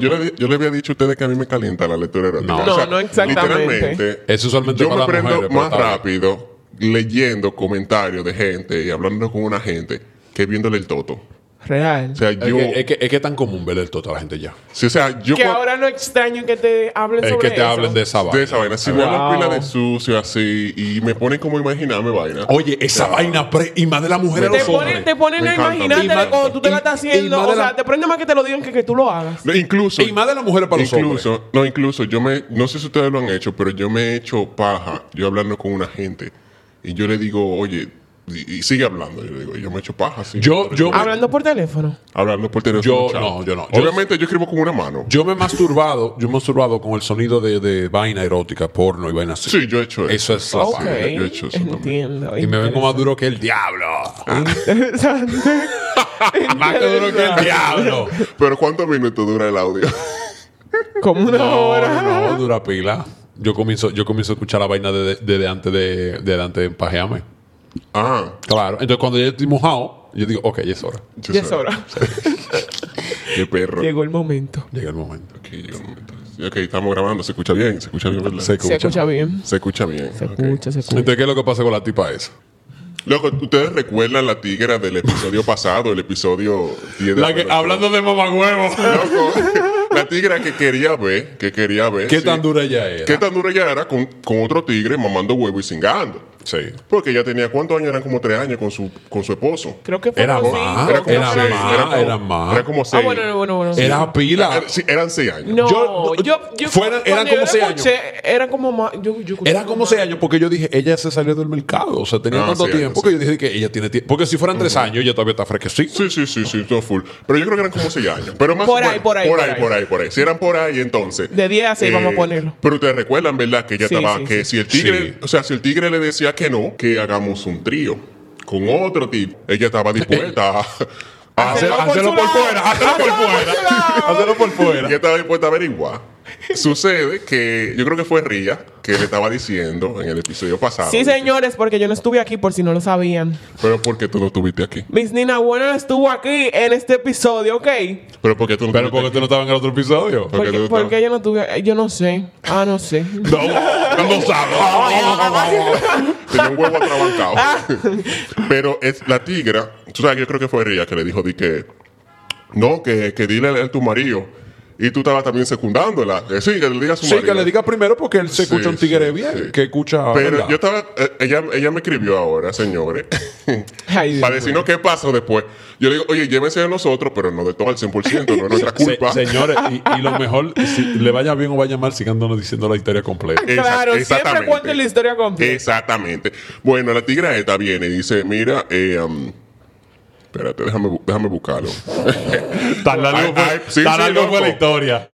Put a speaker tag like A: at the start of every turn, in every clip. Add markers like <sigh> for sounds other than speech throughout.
A: Yo le, yo le había dicho a ustedes que a mí me calienta la lectura erótica.
B: No.
A: O sea,
B: No, no exactamente.
A: Literalmente,
C: Es usualmente
A: yo
C: para
A: me
C: las
A: prendo
C: mujeres, pero
A: más
C: está bien.
A: rápido leyendo comentarios de gente y hablando con una gente que viéndole el toto.
B: Real.
A: O sea,
C: Es,
A: yo...
C: que, es, que, es que es tan común ver el toto a la gente ya.
A: sí, o sea, yo
B: que
A: cua-
B: ahora no extraño que te hablen
C: Es
B: sobre
C: que te
B: eso.
C: hablen de esa vaina.
A: de esa vaina. Si me
B: Wow.
A: hablan pila de sucio así y me ponen como a imaginarme vaina.
C: Oye, esa vaina pre y más de la mujer a
B: Te
C: los
B: ponen,
C: hombres.
B: te ponen
A: Me
B: a
A: encanta.
B: imaginarte
C: Y más-
B: de cuando tú te
C: y-
B: la estás
C: y
B: haciendo.
C: más
B: O
C: de la-
B: sea, te prende más que te lo digan que que tú lo hagas.
A: No, Incluso.
C: Y más de las mujeres para los
A: incluso, No, incluso yo me. No sé si ustedes lo han hecho, pero yo me he hecho paja. Yo hablando con una gente. Y yo le digo, oye. Y, y sigue hablando. Yo le digo, yo me he hecho paja. sí.
C: Yo, yo,
B: Hablando por teléfono.
A: Hablando por teléfono.
C: Yo
A: chat.
C: no, yo no. Yo-
A: Obviamente yo, escribo con una mano.
C: yo me he masturbado, yo me he masturbado con el sonido de, de vaina erótica, porno y vaina así.
A: sí, yo he hecho eso.
C: Eso es la
B: Ok.
C: vaina.
A: yo he hecho eso también.
B: Entiendo.
C: Y me vengo más duro que el
B: <laughs>
C: diablo.
B: Interesante.
C: más que duro que el
B: <laughs>
C: diablo.
A: Pero ¿cuántos minutos dura el audio?
B: <laughs> Como una
C: No,
B: hora.
C: Oh, no, dura pila. Yo comienzo, yo comienzo a escuchar la vaina desde de, desde antes de, desde antes de empajearme.
A: <laughs> ah,
C: Claro. Entonces cuando yo estoy mojado, yo digo, ok, ya es hora.
A: yo
B: Diez
A: sé.
B: horas.
A: Qué perro.
B: Llegó el momento.
C: Llega el momento.
A: Ok, llegó el momento. Ok, estamos grabando. Se escucha bien. Se escucha bien, ¿verdad?
C: Se
B: Se escucha bien.
A: Se escucha bien.
B: Se
A: ok.
B: escucha, se escucha.
C: Entonces, ¿qué es lo que pasa con la tipa esa?
A: Loco, ¿ustedes recuerdan la tigra del episodio pasado, el episodio 10 de
C: La que,
A: Abuelo?
C: hablando de mamagüevo.
A: Loco, <laughs> la tigra que quería ver, que quería ver.
C: ¿Qué
A: sí.
C: tan dura ella era?
A: ¿Qué tan dura ella era con, con otro tigre mamando huevo y cingando?
C: Sí.
A: Porque ella tenía, ¿cuántos años? Eran como tres años con su, con su esposo.
B: Creo que fue
C: Era
B: como
C: más,
B: cinco,
A: Era como
B: creo que
C: era
B: fue
A: seis.
C: más,
B: cinco.
C: era más.
A: Era como
B: Ah,
A: seis.
B: bueno, bueno, bueno.
C: Era pila.
A: Era- sí, eran seis años.
B: No,
C: Yo-
B: yo, yo,
C: fueran- eran
B: cuando yo
C: como seis
B: escuché, Era como más. Yo, yo escuché
C: Era como
B: más.
C: seis años porque yo dije, ella se salió del mercado. O sea, tenía
A: Ah,
C: tanto
A: sí,
C: tiempo
A: sí.
C: que yo dije que ella tiene tiempo. Porque si fueran tres años, ella todavía está fresquecita.
A: Sí, sí, sí, sí, todo full. Pero yo creo que eran como seis años. Pero más
B: Por ahí,
A: bueno,
B: por ahí,
A: Por
B: por
A: ahí,
B: ahí.
A: por ahí, por ahí. Si eran por ahí, entonces. eh,
B: De 10 a 6 vamos a ponerlo.
A: Pero ustedes recuerdan, ¿verdad? Que ella
B: Sí,
A: estaba,
B: sí,
A: que
B: sí.
A: si el tigre,
C: Sí.
A: o sea, si el tigre le decía que no, que hagamos un trío con otro tipo, ella estaba dispuesta a.
B: <laughs>
A: a-
C: Hacer-
B: Hazlo por
C: Hacerlo
B: su
C: por
B: lado.
C: fuera, hacerlo por fuera. Hacerlo por fuera.
A: ella estaba dispuesta a averiguar. Sucede que yo creo que fue Ría que le estaba diciendo en el episodio pasado.
B: Sí, señores, porque yo no estuve aquí por si no lo sabían.
A: Pero ¿por qué tú no estuviste aquí?
B: Miss Nina Warner estuvo aquí en este episodio, ¿ok?
A: Pero ¿por qué tú no
C: Pero
A: estuviste
C: porque tú no estabas en el otro episodio.
A: ¿Por qué tú
B: Porque,
A: estabas?
B: porque yo no tuve. Yo no sé. Ah,
A: <laughs>
B: no sé.
C: No, no sabes.
A: Tenía un huevo atrabancado. Pero es la tigra, tú sabes, yo creo que fue Ría que le dijo di que no, que, que dile a tu marido. Y tú estabas también secundándola. Que sí, que le diga a su
C: Sí,
A: marido.
C: que le diga primero porque él se
A: Sí,
C: escucha un
A: sí,
C: tigre
A: sí.
C: bien. Que escucha.
A: Pero
C: ¿verdad?
A: yo estaba. eh, ella, ella me escribió ahora, señores.
B: Ay, Dios
A: <laughs> para decirnos qué pasó después. Yo le digo, oye, llévense de nosotros, pero no de todo al 100%, no es nuestra
C: Se-
A: culpa.
C: señores, y, y lo mejor, si le vaya bien o vaya mal, sigándonos diciendo la historia completa.
A: Exact-
B: Claro, siempre
A: exactamente.
B: cuenten la historia completa.
A: Exactamente. Bueno, la tigra esta viene y dice, mira, eh, um, espérate, déjame, bu- déjame buscarlo.
C: Tan
A: Ay,
C: largo
A: ay,
C: fue,
A: sí,
C: tan
A: sí,
C: largo
A: loco.
C: fue la historia.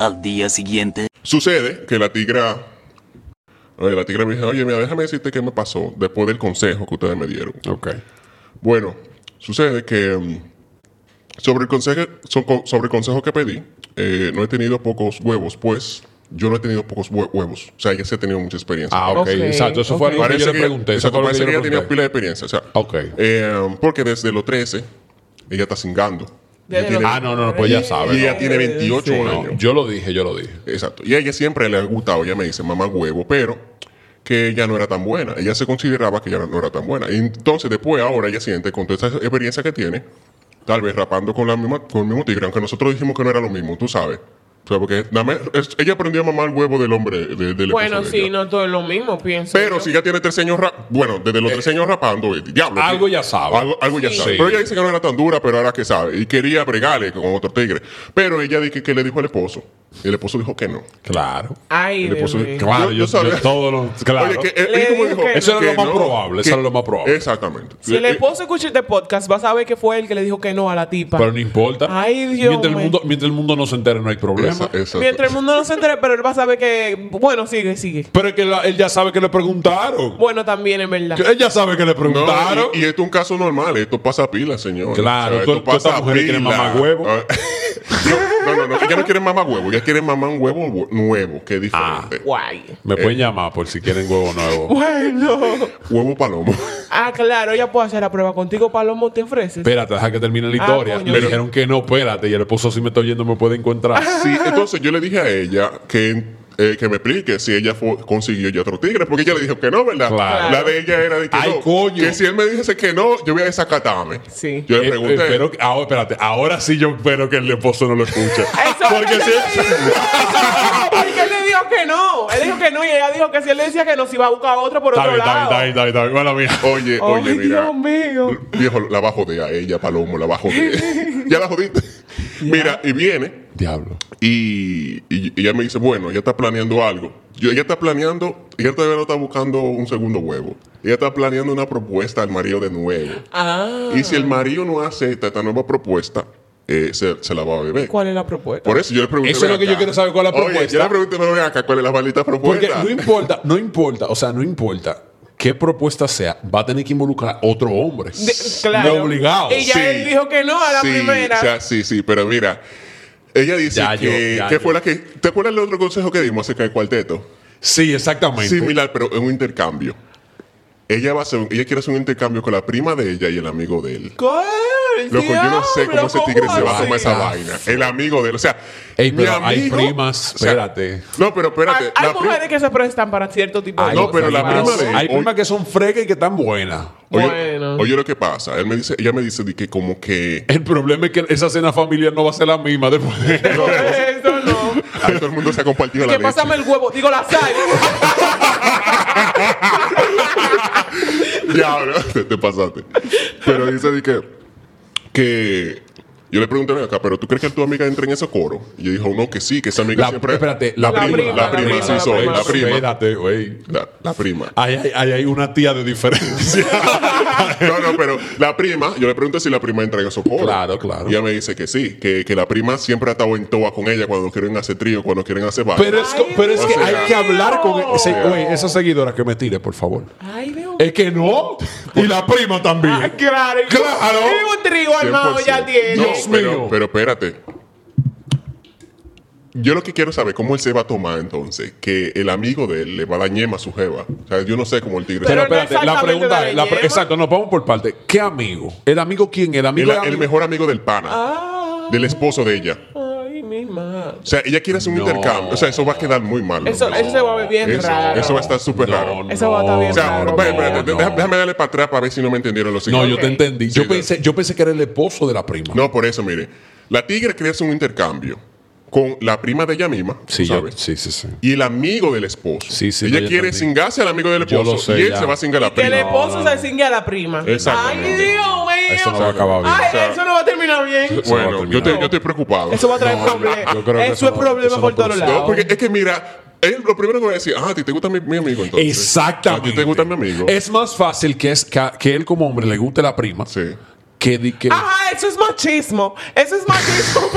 D: Al día siguiente.
A: Sucede que la tigra. oye, la tigra me dice, oye, mira, déjame decirte qué me pasó después del consejo que ustedes me dieron.
C: Ok.
A: Bueno, sucede que mm, sobre, el consejo, so- co- sobre el consejo que pedí, eh, no he tenido pocos huevos, pues yo no he tenido pocos hue- huevos. O sea, ella sí ha tenido mucha experiencia.
C: Ah, ok.
B: Ok,
C: Exacto. Eso fue
B: ok.
C: algo que yo le
A: que-
C: pregunté. Eso
A: exacto,
C: fue lo que
A: parece
C: yo
A: que
C: le
A: ella tenía
C: pregunté.
A: pila de experiencia. O sea,
C: Ok.
A: eh, porque desde los 13 ella está cingando. Ella
B: Desde
A: tiene-
B: los-
C: Ah, no, no, no, pues ya sabe.
A: y ella
C: no.
A: tiene 28
B: Sí.
A: años.
C: No, yo lo dije, yo lo dije.
A: Ah, Exacto. Y a ella siempre le ha gustado, ella me dice, mamá huevo, pero que ella no era tan buena. Ella se consideraba que ella no- no era tan buena. Y entonces después ahora ella siente con toda esa experiencia que tiene, tal vez rapando con la misma, con el mismo tigre, aunque nosotros dijimos que no era lo mismo, tú sabes. O sea, porque nada más- es- ella aprendió a mamar el huevo del hombre de- del
B: Bueno,
A: esposo de
B: sí,
A: ella.
B: no todo es lo mismo, pienso.
A: pues, Pero
B: yo.
A: si ya tiene 13 años rap- bueno, desde los 13 años rapando, eh, diablo.
C: Algo
A: tío.
C: ya sabe.
A: Algo, algo ya
C: Sí.
A: sabe.
C: Sí.
A: Pero ella dice que no era tan dura, pero ahora que sabe. Y quería bregarle con otro tigre. Pero ella dice que, que le dijo al esposo. Y el esposo dijo que no.
C: Claro.
B: Ay,
A: Le
B: Dios
A: puso-
B: mío.
C: Claro,
A: Yo-
C: yo,
A: yo sabía.
C: yo todo lo. Claro.
A: Oye, que, eh,
B: Le
A: ¿y cómo
B: dijo
A: dijo?
B: que
C: Eso era lo
A: Que
C: más probable, eso era lo más probable.
A: Exactamente.
B: Si el
A: Eh,
B: esposo escucha este podcast, va a saber que fue él que le dijo que no a la tipa.
C: Pero no importa.
B: Ay, Dios
C: Mientras el,
B: mío.
C: mundo, mientras el mundo no se entere, no hay problema.
A: eh, esa- esa-
B: Mientras el mundo no se entere, pero él va a saber que. Bueno, sigue, sigue.
C: Pero es que la- él ya sabe que le preguntaron.
B: Bueno, también es verdad.
C: Que Él ya sabe que le
A: No,
C: preguntaron.
A: y, y esto es un caso normal, esto pasa pila, señor. <laughs>
C: Claro, tú- tú- estas mujeres quieren mamar huevo.
A: no, No, no, no. Ella no quiere mamá huevo. Ella quiere mamá un huevo hue- nuevo, que es diferente.
B: Guay.
A: eh,
C: Me pueden llamar por si quieren huevo
B: <laughs>
C: nuevo.
B: Bueno.
A: Huevo palomo.
B: Ah, claro, ella puede hacer la prueba contigo, Palomo, te ofreces.
C: Espérate, deja que termine la
B: Ah,
C: historia.
B: coño.
C: Le
B: Pero-
C: dijeron que no, espérate. Y el esposo, si me está oyendo, me puede
B: <laughs>
C: encontrar.
A: Sí, entonces yo le dije a ella que, eh, que me explique si ella fue- consiguió ya otro tigre, porque ella le dijo que no, ¿verdad?
C: Claro.
A: La de ella era de que
C: Ay,
A: no.
C: coño.
A: Que si él me dijese que no, yo voy a desacatarme.
B: Sí.
A: Yo le
C: Eh,
A: pregunté.
C: espero que- ahora, espérate, ahora sí yo espero que el esposo no lo escuche.
B: <laughs> Eso
C: Porque
B: es
C: si
B: lo que le digo. Porque él le dijo que no. Él dijo que no y ella dijo que si él le decía que no, se iba a buscar otro por
C: Está
B: otro
C: bien, está bien,
B: lado.
C: está bien, está bien, está bien. Mala mía.
A: Oye,
B: Ay,
A: oye, mira.
B: Dios mío.
A: Viejo, la bajo de a ella, Palomo, la bajo
B: <laughs>
A: de Ya la jodiste. Mira, y viene
C: Diablo.
A: y, y- y ella me dice, bueno, ella está planeando algo. Yo, ella está planeando, ella todavía no está buscando un segundo huevo. Ella está planeando una propuesta al marido de nuevo.
B: Ah.
A: Y si el marido no acepta esta nueva propuesta, eh, se, se la va a beber.
B: ¿Cuál es la propuesta?
A: Por eso yo le pregunté.
C: Eso es
A: "Ven
C: lo que yo
A: acá".
C: quiero saber, ¿cuál es la
A: Oye,
C: propuesta?
A: yo le pregunté, no ven acá, ¿cuál es la maldita
C: Porque
A: propuesta?
C: no importa, no importa, o sea, no importa qué propuesta sea, va a tener que involucrar otro hombre.
B: De- claro.
C: No obligado.
B: Y ya
A: Sí.
B: él dijo que no a la
A: sí,
B: primera.
A: o sea, sí, sí, pero mira. Ella dice
C: Ya yo,
A: que,
C: ya
A: que
C: yo.
A: fue la que. ¿Te acuerdas del otro consejo que dimos acerca del cuarteto?
C: Sí, exactamente.
A: Similar, pero en un intercambio. Ella va a hacer, un- ella quiere hacer un intercambio con la prima de ella y el amigo de él.
B: ¿Cuál?
A: Loco, yo no sé cómo
B: Diablo,
A: ese tigre se va a
B: así?
A: comer esa
C: Ah,
A: vaina. El amigo de él. O sea,
C: Ey,
A: mi
C: pero hay
A: amigo-
C: primas,
A: o sea,
C: espérate.
A: no, pero espérate.
B: Hay, hay
A: la pri-
B: mujeres que se prestan para cierto tipo de
A: Ay, no, pero la
C: primas-
A: prima de-
C: Hay primas que son frecas y que están buenas.
A: Oye,
B: Bueno. <laughs>
A: oye lo que pasa. Él me dice, ella me dice de que como que <laughs>
C: El problema es que esa cena familiar no va a ser la misma después.
B: Eso no.
A: ahí todo el mundo se ha compartido la
B: Que
A: leche.
B: pásame el huevo, digo la
A: <laughs>
B: sal.
A: Diablo, te, te pasaste. Pero dice de que, que yo le pregunté "Ven acá, pero ¿tú crees que tu amiga entra en ese coro? Y yo dijo, no, que sí, que esa amiga
C: La-
A: siempre.
C: espérate, la
A: la
C: prima,
A: prima,
B: la
A: la prima,
B: prima,
A: sí,
B: la
A: soy,
B: prima.
A: la prima.
C: Espérate, güey.
A: La, la prima.
C: Ahí hay, ahí hay una tía de <laughs> diferencia.
A: No, no, pero la prima, yo le pregunté si la prima entra en esos coros.
C: Claro, claro.
A: Y ella me dice que sí, que, que la prima siempre ha estado en toa con ella cuando quieren hacer trío, cuando quieren hacer baile.
C: pero es, co-
B: Ay,
C: pero es que
A: Dios.
C: hay que hablar con ese,
A: Dios.
C: güey, esa seguidora que me tire, por favor.
B: Ay, Dios
A: Eh,
C: Es que no. Y la prima
B: Ay,
C: también.
B: Claro, y-
C: Claro.
B: y un trigo
A: 100%.
B: armado ya tiene.
A: No,
C: Dios
A: pero,
C: mío.
A: Pero espérate. Yo lo que quiero saber cómo él se va a tomar entonces, que el amigo de él le va a dar ñema a su jeva. O sea, yo no sé cómo el tigre
B: Pero
C: Pero,
A: se
B: no
C: espérate, la
B: exactamente la
C: pregunta
B: de
C: es, la pre-
B: Yema.
C: exacto, nos vamos por parte. ¿Qué amigo? ¿El amigo quién? ¿El amigo
A: el,
C: de
A: el
C: amigo?
A: mejor amigo del pana,
B: Ah.
A: del esposo de ella.
B: Ay, mi madre.
A: O sea, ella quiere hacer un
C: No.
A: intercambio. O sea, eso va a quedar muy mal.
B: Eso,
A: ¿no?
B: eso se va a ver bien
A: Eso-
B: raro.
A: eso va a estar súper raro.
B: Eso va a estar bien
A: O sea,
B: Claro,
A: espérate,
B: no,
A: espérate, de- deja- déjame darle para atrás para ver si no me entendieron los
C: No,
A: siguientes.
C: yo te entendí.
A: Sí,
C: Yo pensé, yo pensé que era el esposo de la prima.
A: No, por eso, mire. La tigre quiere hacer un intercambio con la prima de ella misma,
C: sí, yo-
A: ¿sabes?
C: sí, sí, sí.
A: y el amigo del esposo.
C: Sí, sí,
A: Ella
C: no, yo
A: quiere
C: entendí.
A: cingarse al amigo del
C: Yo lo
A: esposo
C: sé,
A: y él
C: ya.
A: se va a cingar a la
B: Que el
A: prima.
B: esposo se cingue a la prima.
A: Exactamente.
B: Ay, Dios mío.
C: Eso no va a acabar bien.
B: Ay,
A: O sea,
B: eso no va a terminar bien.
C: Eso va a
A: Bueno, yo,
C: terminar.
A: te- yo estoy preocupado.
B: Eso va a traer
C: No,
B: problemas.
C: yo creo que
B: eso,
C: eso
B: es
C: no-
B: problema
C: eso no
B: por
C: puede
B: todos
C: ser.
A: No,
B: lados.
A: porque es que mira, él lo primero que va a decir, ah, ¿a ti te gusta mi, mi amigo entonces?
C: Exactamente.
A: ¿A ti te gusta mi amigo?
C: Es más fácil que, es, que, que él como hombre le guste la prima
A: Sí.
C: que, di- que
B: Ajá, eso es machismo. Eso es machismo.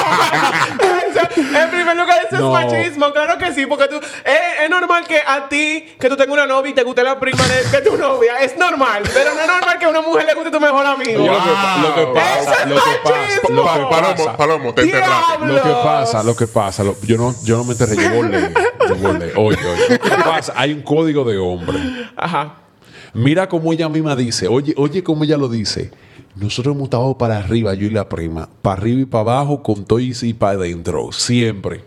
B: Eso- <laughs> en primer lugar, eso
C: No.
B: es machismo. Claro que sí, porque tú. Es, es normal que a ti, que tú tengas una novia y te guste la prima de, de tu novia. Es normal. Pero no es normal que a una mujer le guste tu mejor amigo.
C: Yo lo que pa- lo que
A: Wow.
C: pasa,
B: Eso es
C: lo que pasa,
B: machismo.
C: lo
A: Pa-
C: que
A: palomo,
C: pasa,
A: palomo, te enterraste.
B: Diablo.
C: Lo que pasa, lo que pasa, lo- yo, no, yo no me enterré, <laughs> yo volé, yo volé. Oye, oye, lo que pasa, hay un código de hombre.
B: Ajá.
C: Mira cómo ella misma dice, oye, oye cómo ella lo dice. Nosotros hemos estado para arriba, yo y la prima, para arriba y para abajo, con toys y para adentro, siempre.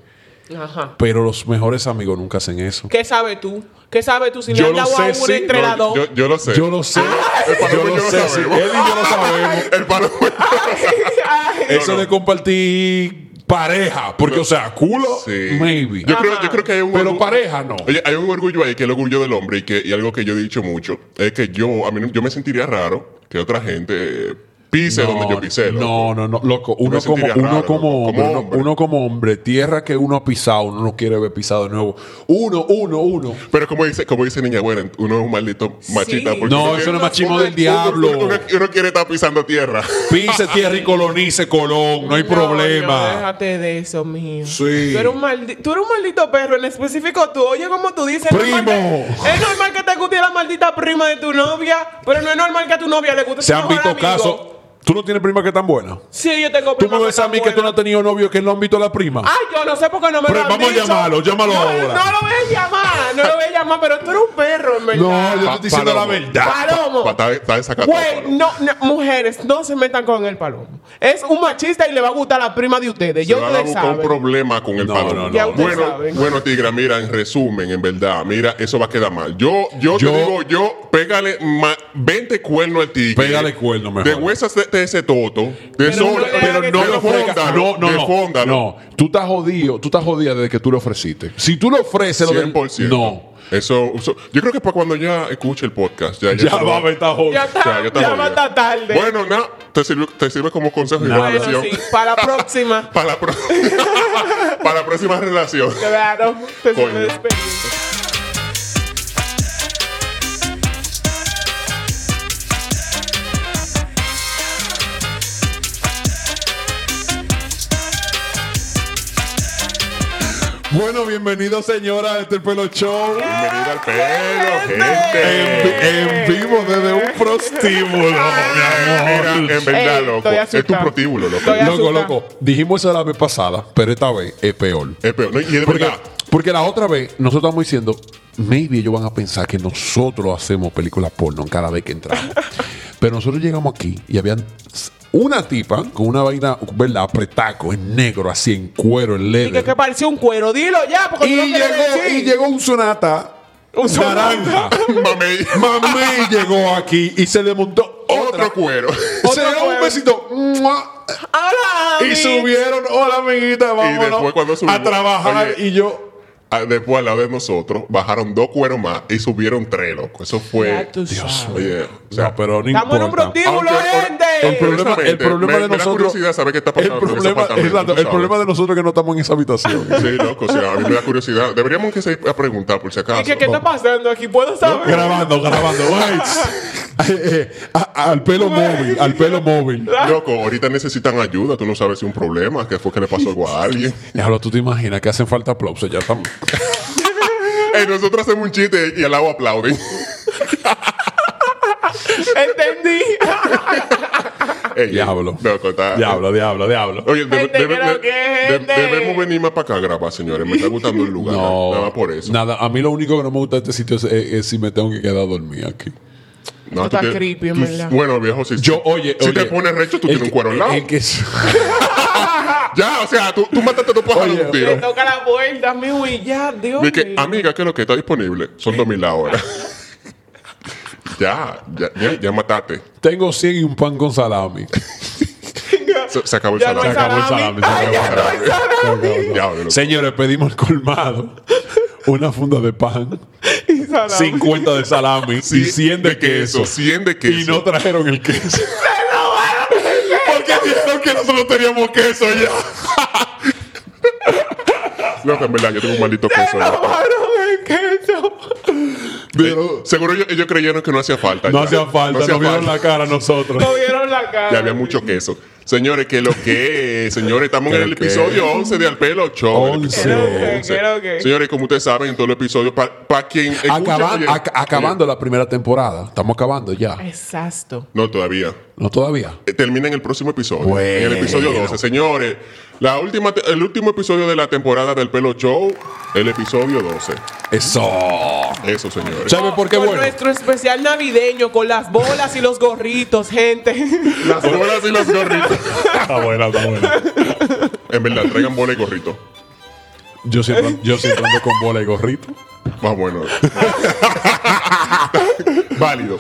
B: Ajá.
C: Pero los mejores amigos nunca hacen eso.
B: ¿Qué sabes tú? ¿Qué sabes tú si
C: Yo
B: le han
C: lo
B: dado
C: sé,
B: a una
C: sí.
B: entre
A: No,
B: las <laughs> dos?
A: yo, yo lo sé.
C: Yo lo sé, yo
A: palomo y
C: lo
A: yo lo
C: sé, sí, él
A: sabemos.
C: y yo lo sabemos.
A: <laughs> El palomo.
B: Ay,
C: Eso
A: no.
C: de compartir pareja, porque o sea, <laughs> culo,
A: Sí.
C: maybe.
A: Yo creo, yo creo que hay un
C: Pero
A: orgu-
C: pareja no.
A: Oye, hay un orgullo ahí que es el orgullo del hombre y, que, y algo que yo he dicho mucho es que yo, a mí no- yo me sentiría raro que otra gente eh, pise donde yo pisé. loco.
C: No, no, no, loco. Uno como,
A: sentiría
C: uno
A: raro, loco,
C: como hombre,
A: como
C: uno-
A: hombre.
C: uno como hombre, tierra que uno ha pisado, uno no quiere ver pisado de nuevo. Uno, uno, uno.
A: Pero como dice, como dice niña buena, uno es un maldito machista.
B: Sí.
A: porque
C: No,
A: uno
C: eso no
A: quiere-
C: es machismo
A: uno-
C: del diablo.
A: Uno, uno- uno quiere estar pisando tierra.
C: Pise tierra y colonice Colón, no hay
B: no,
C: problema.
B: déjate de eso, mío.
C: Sí.
B: Tú eres, un maldi- tú eres un maldito perro, en específico tú. Oye, como tú dices.
C: Primo.
B: Es normal, que, es normal que te guste la maldita prima de tu novia, pero no es normal que a tu novia le guste
C: Se
B: tu
C: han
B: mejor
C: visto
B: amigo.
C: casos, ¿Tú no tienes primas que están buenas?
B: Sí, yo tengo
C: ¿Tú me
B: primas
C: ves a mí que
B: están
C: tú no
B: buenas.
C: has tenido novio que no han visto a la prima?
B: Ay, yo no sé por qué no me
C: Pero
B: lo han
C: vamos a
B: dicho.
C: llámalo, llámalo
B: no,
C: ahora.
B: No lo voy a llamar, no lo voy a llamar, pero tú eres un perro, en verdad.
C: No, yo te
A: Pa-
C: estoy diciendo la
A: palomo.
C: verdad.
B: Palomo.
A: Pa- Está está desacatado.
B: Güey,
A: palomo.
B: no, no, mujeres, no se metan con el palomo. Es un machista y le va a gustar a la prima de ustedes.
A: Se
B: Yo
A: van a
B: ustedes
A: buscar un
B: saben.
A: problema con el
C: No,
A: palomo.
C: no, no,
B: Ya no. ustedes
A: Bueno,
B: saben.
A: bueno, Tigra, mira, en resumen, en verdad, mira, eso va a quedar mal. Yo, yo,
C: Yo-
A: te digo, yo, pégale ma- 20 cuernos al tigre.
C: Pégale cuerno mejor.
A: De huesas de, de ese toto. De
B: Pero
A: sol,
B: no le
A: pero
B: hagas
A: no
B: que
A: de
B: te-
A: fonda,
C: No, no,
A: de
C: no.
A: fonda,
C: no. Tú estás jodido, tú estás jodida desde que tú le ofreciste. Si tú le ofreces lo del-
A: 100%.
C: No.
A: Eso, eso- yo creo que para cuando ya escuche el podcast, ya, se
C: Ya va a
A: lo-
C: ver, está jodido.
B: Ya
A: O sea,
B: está,
A: está
B: ya
A: jodido.
B: va a estar tarde.
A: Bueno, nada, te sirve, te sirve como consejo y
C: Nada.
B: Bueno,
A: relación.
B: sí, para la próxima.
A: Para la, pro- <laughs> para la próxima relación.
B: Claro, te
A: Coño.
B: despedimos.
C: Bueno, bienvenido, señora, a este Pelo Show.
A: Bienvenida al pelo,
C: En,
A: gente.
C: vi- en vivo desde un prostíbulo, mi
A: Mira,
C: amor.
A: en verdad,
B: Ey,
A: loco.
B: estoy
A: Es tu
B: asustado.
A: protíbulo, loco.
B: Estoy
C: Loco,
B: asustado.
C: loco. Dijimos eso la vez pasada, pero esta vez es peor.
A: Es peor. No, y es
C: Porque,
A: verdad.
C: porque la otra vez nosotros estamos diciendo, maybe ellos van a pensar que nosotros hacemos películas porno cada vez que
B: <laughs>
C: entramos. Pero nosotros llegamos aquí y habían una tipa con una vaina, ¿verdad? Apretaco, en negro, así en cuero, en
B: Y que,
C: leather.
B: que pareció un cuero, dilo ya, porque
C: Y
B: tú lo quieres
C: llegó,
B: decir.
C: y llegó un sonata
B: Un Sonata.
C: naranja.
A: Mamey.
C: Mami llegó aquí y se le montó otra.
A: Otro cuero.
C: se
B: Otro
C: dieron un
B: cuero.
C: besito. ¡mua!
B: Hola,
C: Y
B: Ami.
C: subieron, hola amiguita, vámonos
A: después cuando subimos,
C: a trabajar.
A: oye.
C: y yo,
A: Ah, Después al lado de nosotros, bajaron dos cueros más y subieron tres, loco. Eso fue.
B: Ya tú sabes.
A: Oye, o sea,
C: no, pero no
B: Estamos en un
C: importa.
B: prostíbulo,
A: Aunque-
B: gente.
C: El problema, el
A: Honestamente,
C: problema
A: me-
C: de
A: me da
C: nosotros.
A: curiosidad saber qué está pasando
C: el
A: en ese
C: problema,
A: apartamento,
C: exacto,
A: tú
C: el
A: sabes.
C: problema de nosotros es que no estamos en esa habitación.
A: <laughs> Sí, loco, o sea, a mí me da curiosidad. Deberíamos que se a preguntar por si acaso.
B: Y que, ¿qué está pasando aquí? ¿Puedo saber?
C: grabando, grabando. güey. Eh, eh, a- al pelo móvil, al pelo móvil.
A: Loco, ahorita necesitan ayuda. Tú no sabes si un problema, que fue que le pasó algo a
C: <laughs>
A: alguien.
C: Déjalo, tú te imaginas que hacen falta aplausos. Ya estamos.
A: Eh, nosotros hacemos un chiste y al lado
C: <laughs>
A: aplauden.
B: Entendí.
A: Ey,
C: Diablo.
A: Loco, está.
C: Diablo, diablo, diablo.
A: Oye, debe-
B: Gente,
A: debe-
B: creo que
A: de-
B: gente.
A: debemos venir más para acá a grabar, señores. Me está gustando el lugar.
C: <laughs> No,
A: Nada más por eso.
C: Nada, a mí lo único que no me gusta de este sitio es, es- es si me tengo que quedar a dormir aquí.
A: No,
B: Esto
A: tú
B: está
A: te-
B: creepy, en
A: tú-
B: verdad.
A: Bueno, viejo, si,
C: Yo, oye,
A: si
C: oye,
A: te pones recho, tú
C: el
A: tienes un
C: que-
A: cuero al lado.
C: el que-
A: Ya, o sea, tú, tú mataste a tu pájaro de
C: Oye,
A: un
B: Le
A: tiro.
B: toca la vuelta, mi y ya, Dios
A: De que,
B: mío.
A: amiga, que lo que está disponible son 2000 la hora. <laughs> ya, ya, ya, ya mataste.
C: <laughs> tengo 100 y un pan con salami.
A: Se, se acabó el
B: <laughs> Ya no
A: salario.
B: hay
C: Se acabó el salami,
B: salami.
C: se
B: Ay, <laughs> ya
C: acabó
B: no hay
A: el
B: salami.
A: Ya, bro.
C: Señores, pedimos
A: <laughs>
C: el colmado, una funda de pan,
B: Y salami.
C: 50 de salami y 100 de, queso.
A: 100 de queso.
C: Y no trajeron el queso.
A: <laughs>
C: Porque dijeron que nosotros teníamos queso ya.
A: <laughs> Loco, en verdad, yo tengo un maldito queso.
B: No,
A: loco.
B: no, el queso.
A: Eh, Seguro ellos, ellos creyeron que no hacía falta.
C: No
A: ya.
C: hacía falta,
A: hacía
C: nos vieron
A: falta.
C: la cara a nosotros.
B: No vieron la cara.
A: Ya había mucho queso. Señores, que lo que es, señores, estamos en el
C: Creo que-
A: episodio 11 de Al Pelo Show. El
C: Once.
A: episodio
C: Creo que-
A: 11.
B: creo que-
A: Señores, como ustedes saben, en todo el episodio, para quien escucha,
C: Acaba-
A: oye,
C: ac- acabando la primera temporada. Estamos acabando ya.
B: Exacto.
A: oye, no, todavía.
C: No todavía.
A: Eh, Termina en el próximo episodio.
C: Bueno.
A: En el episodio 12. Señores, la última, te- el último episodio de la temporada del Pelo Show, el episodio 12.
C: Eso.
A: Eso, señores.
C: ¿Sabe por qué
B: Con
C: bueno?
B: nuestro especial navideño, con las bolas y los gorritos, <laughs> gente.
A: Las bolas y los gorritos.
C: Está buena, está buena.
A: En verdad, traigan bola y gorrito.
C: Yo siempre, yo siempre ando con bola y gorrito.
A: Más
C: <laughs>
A: bueno. Válido.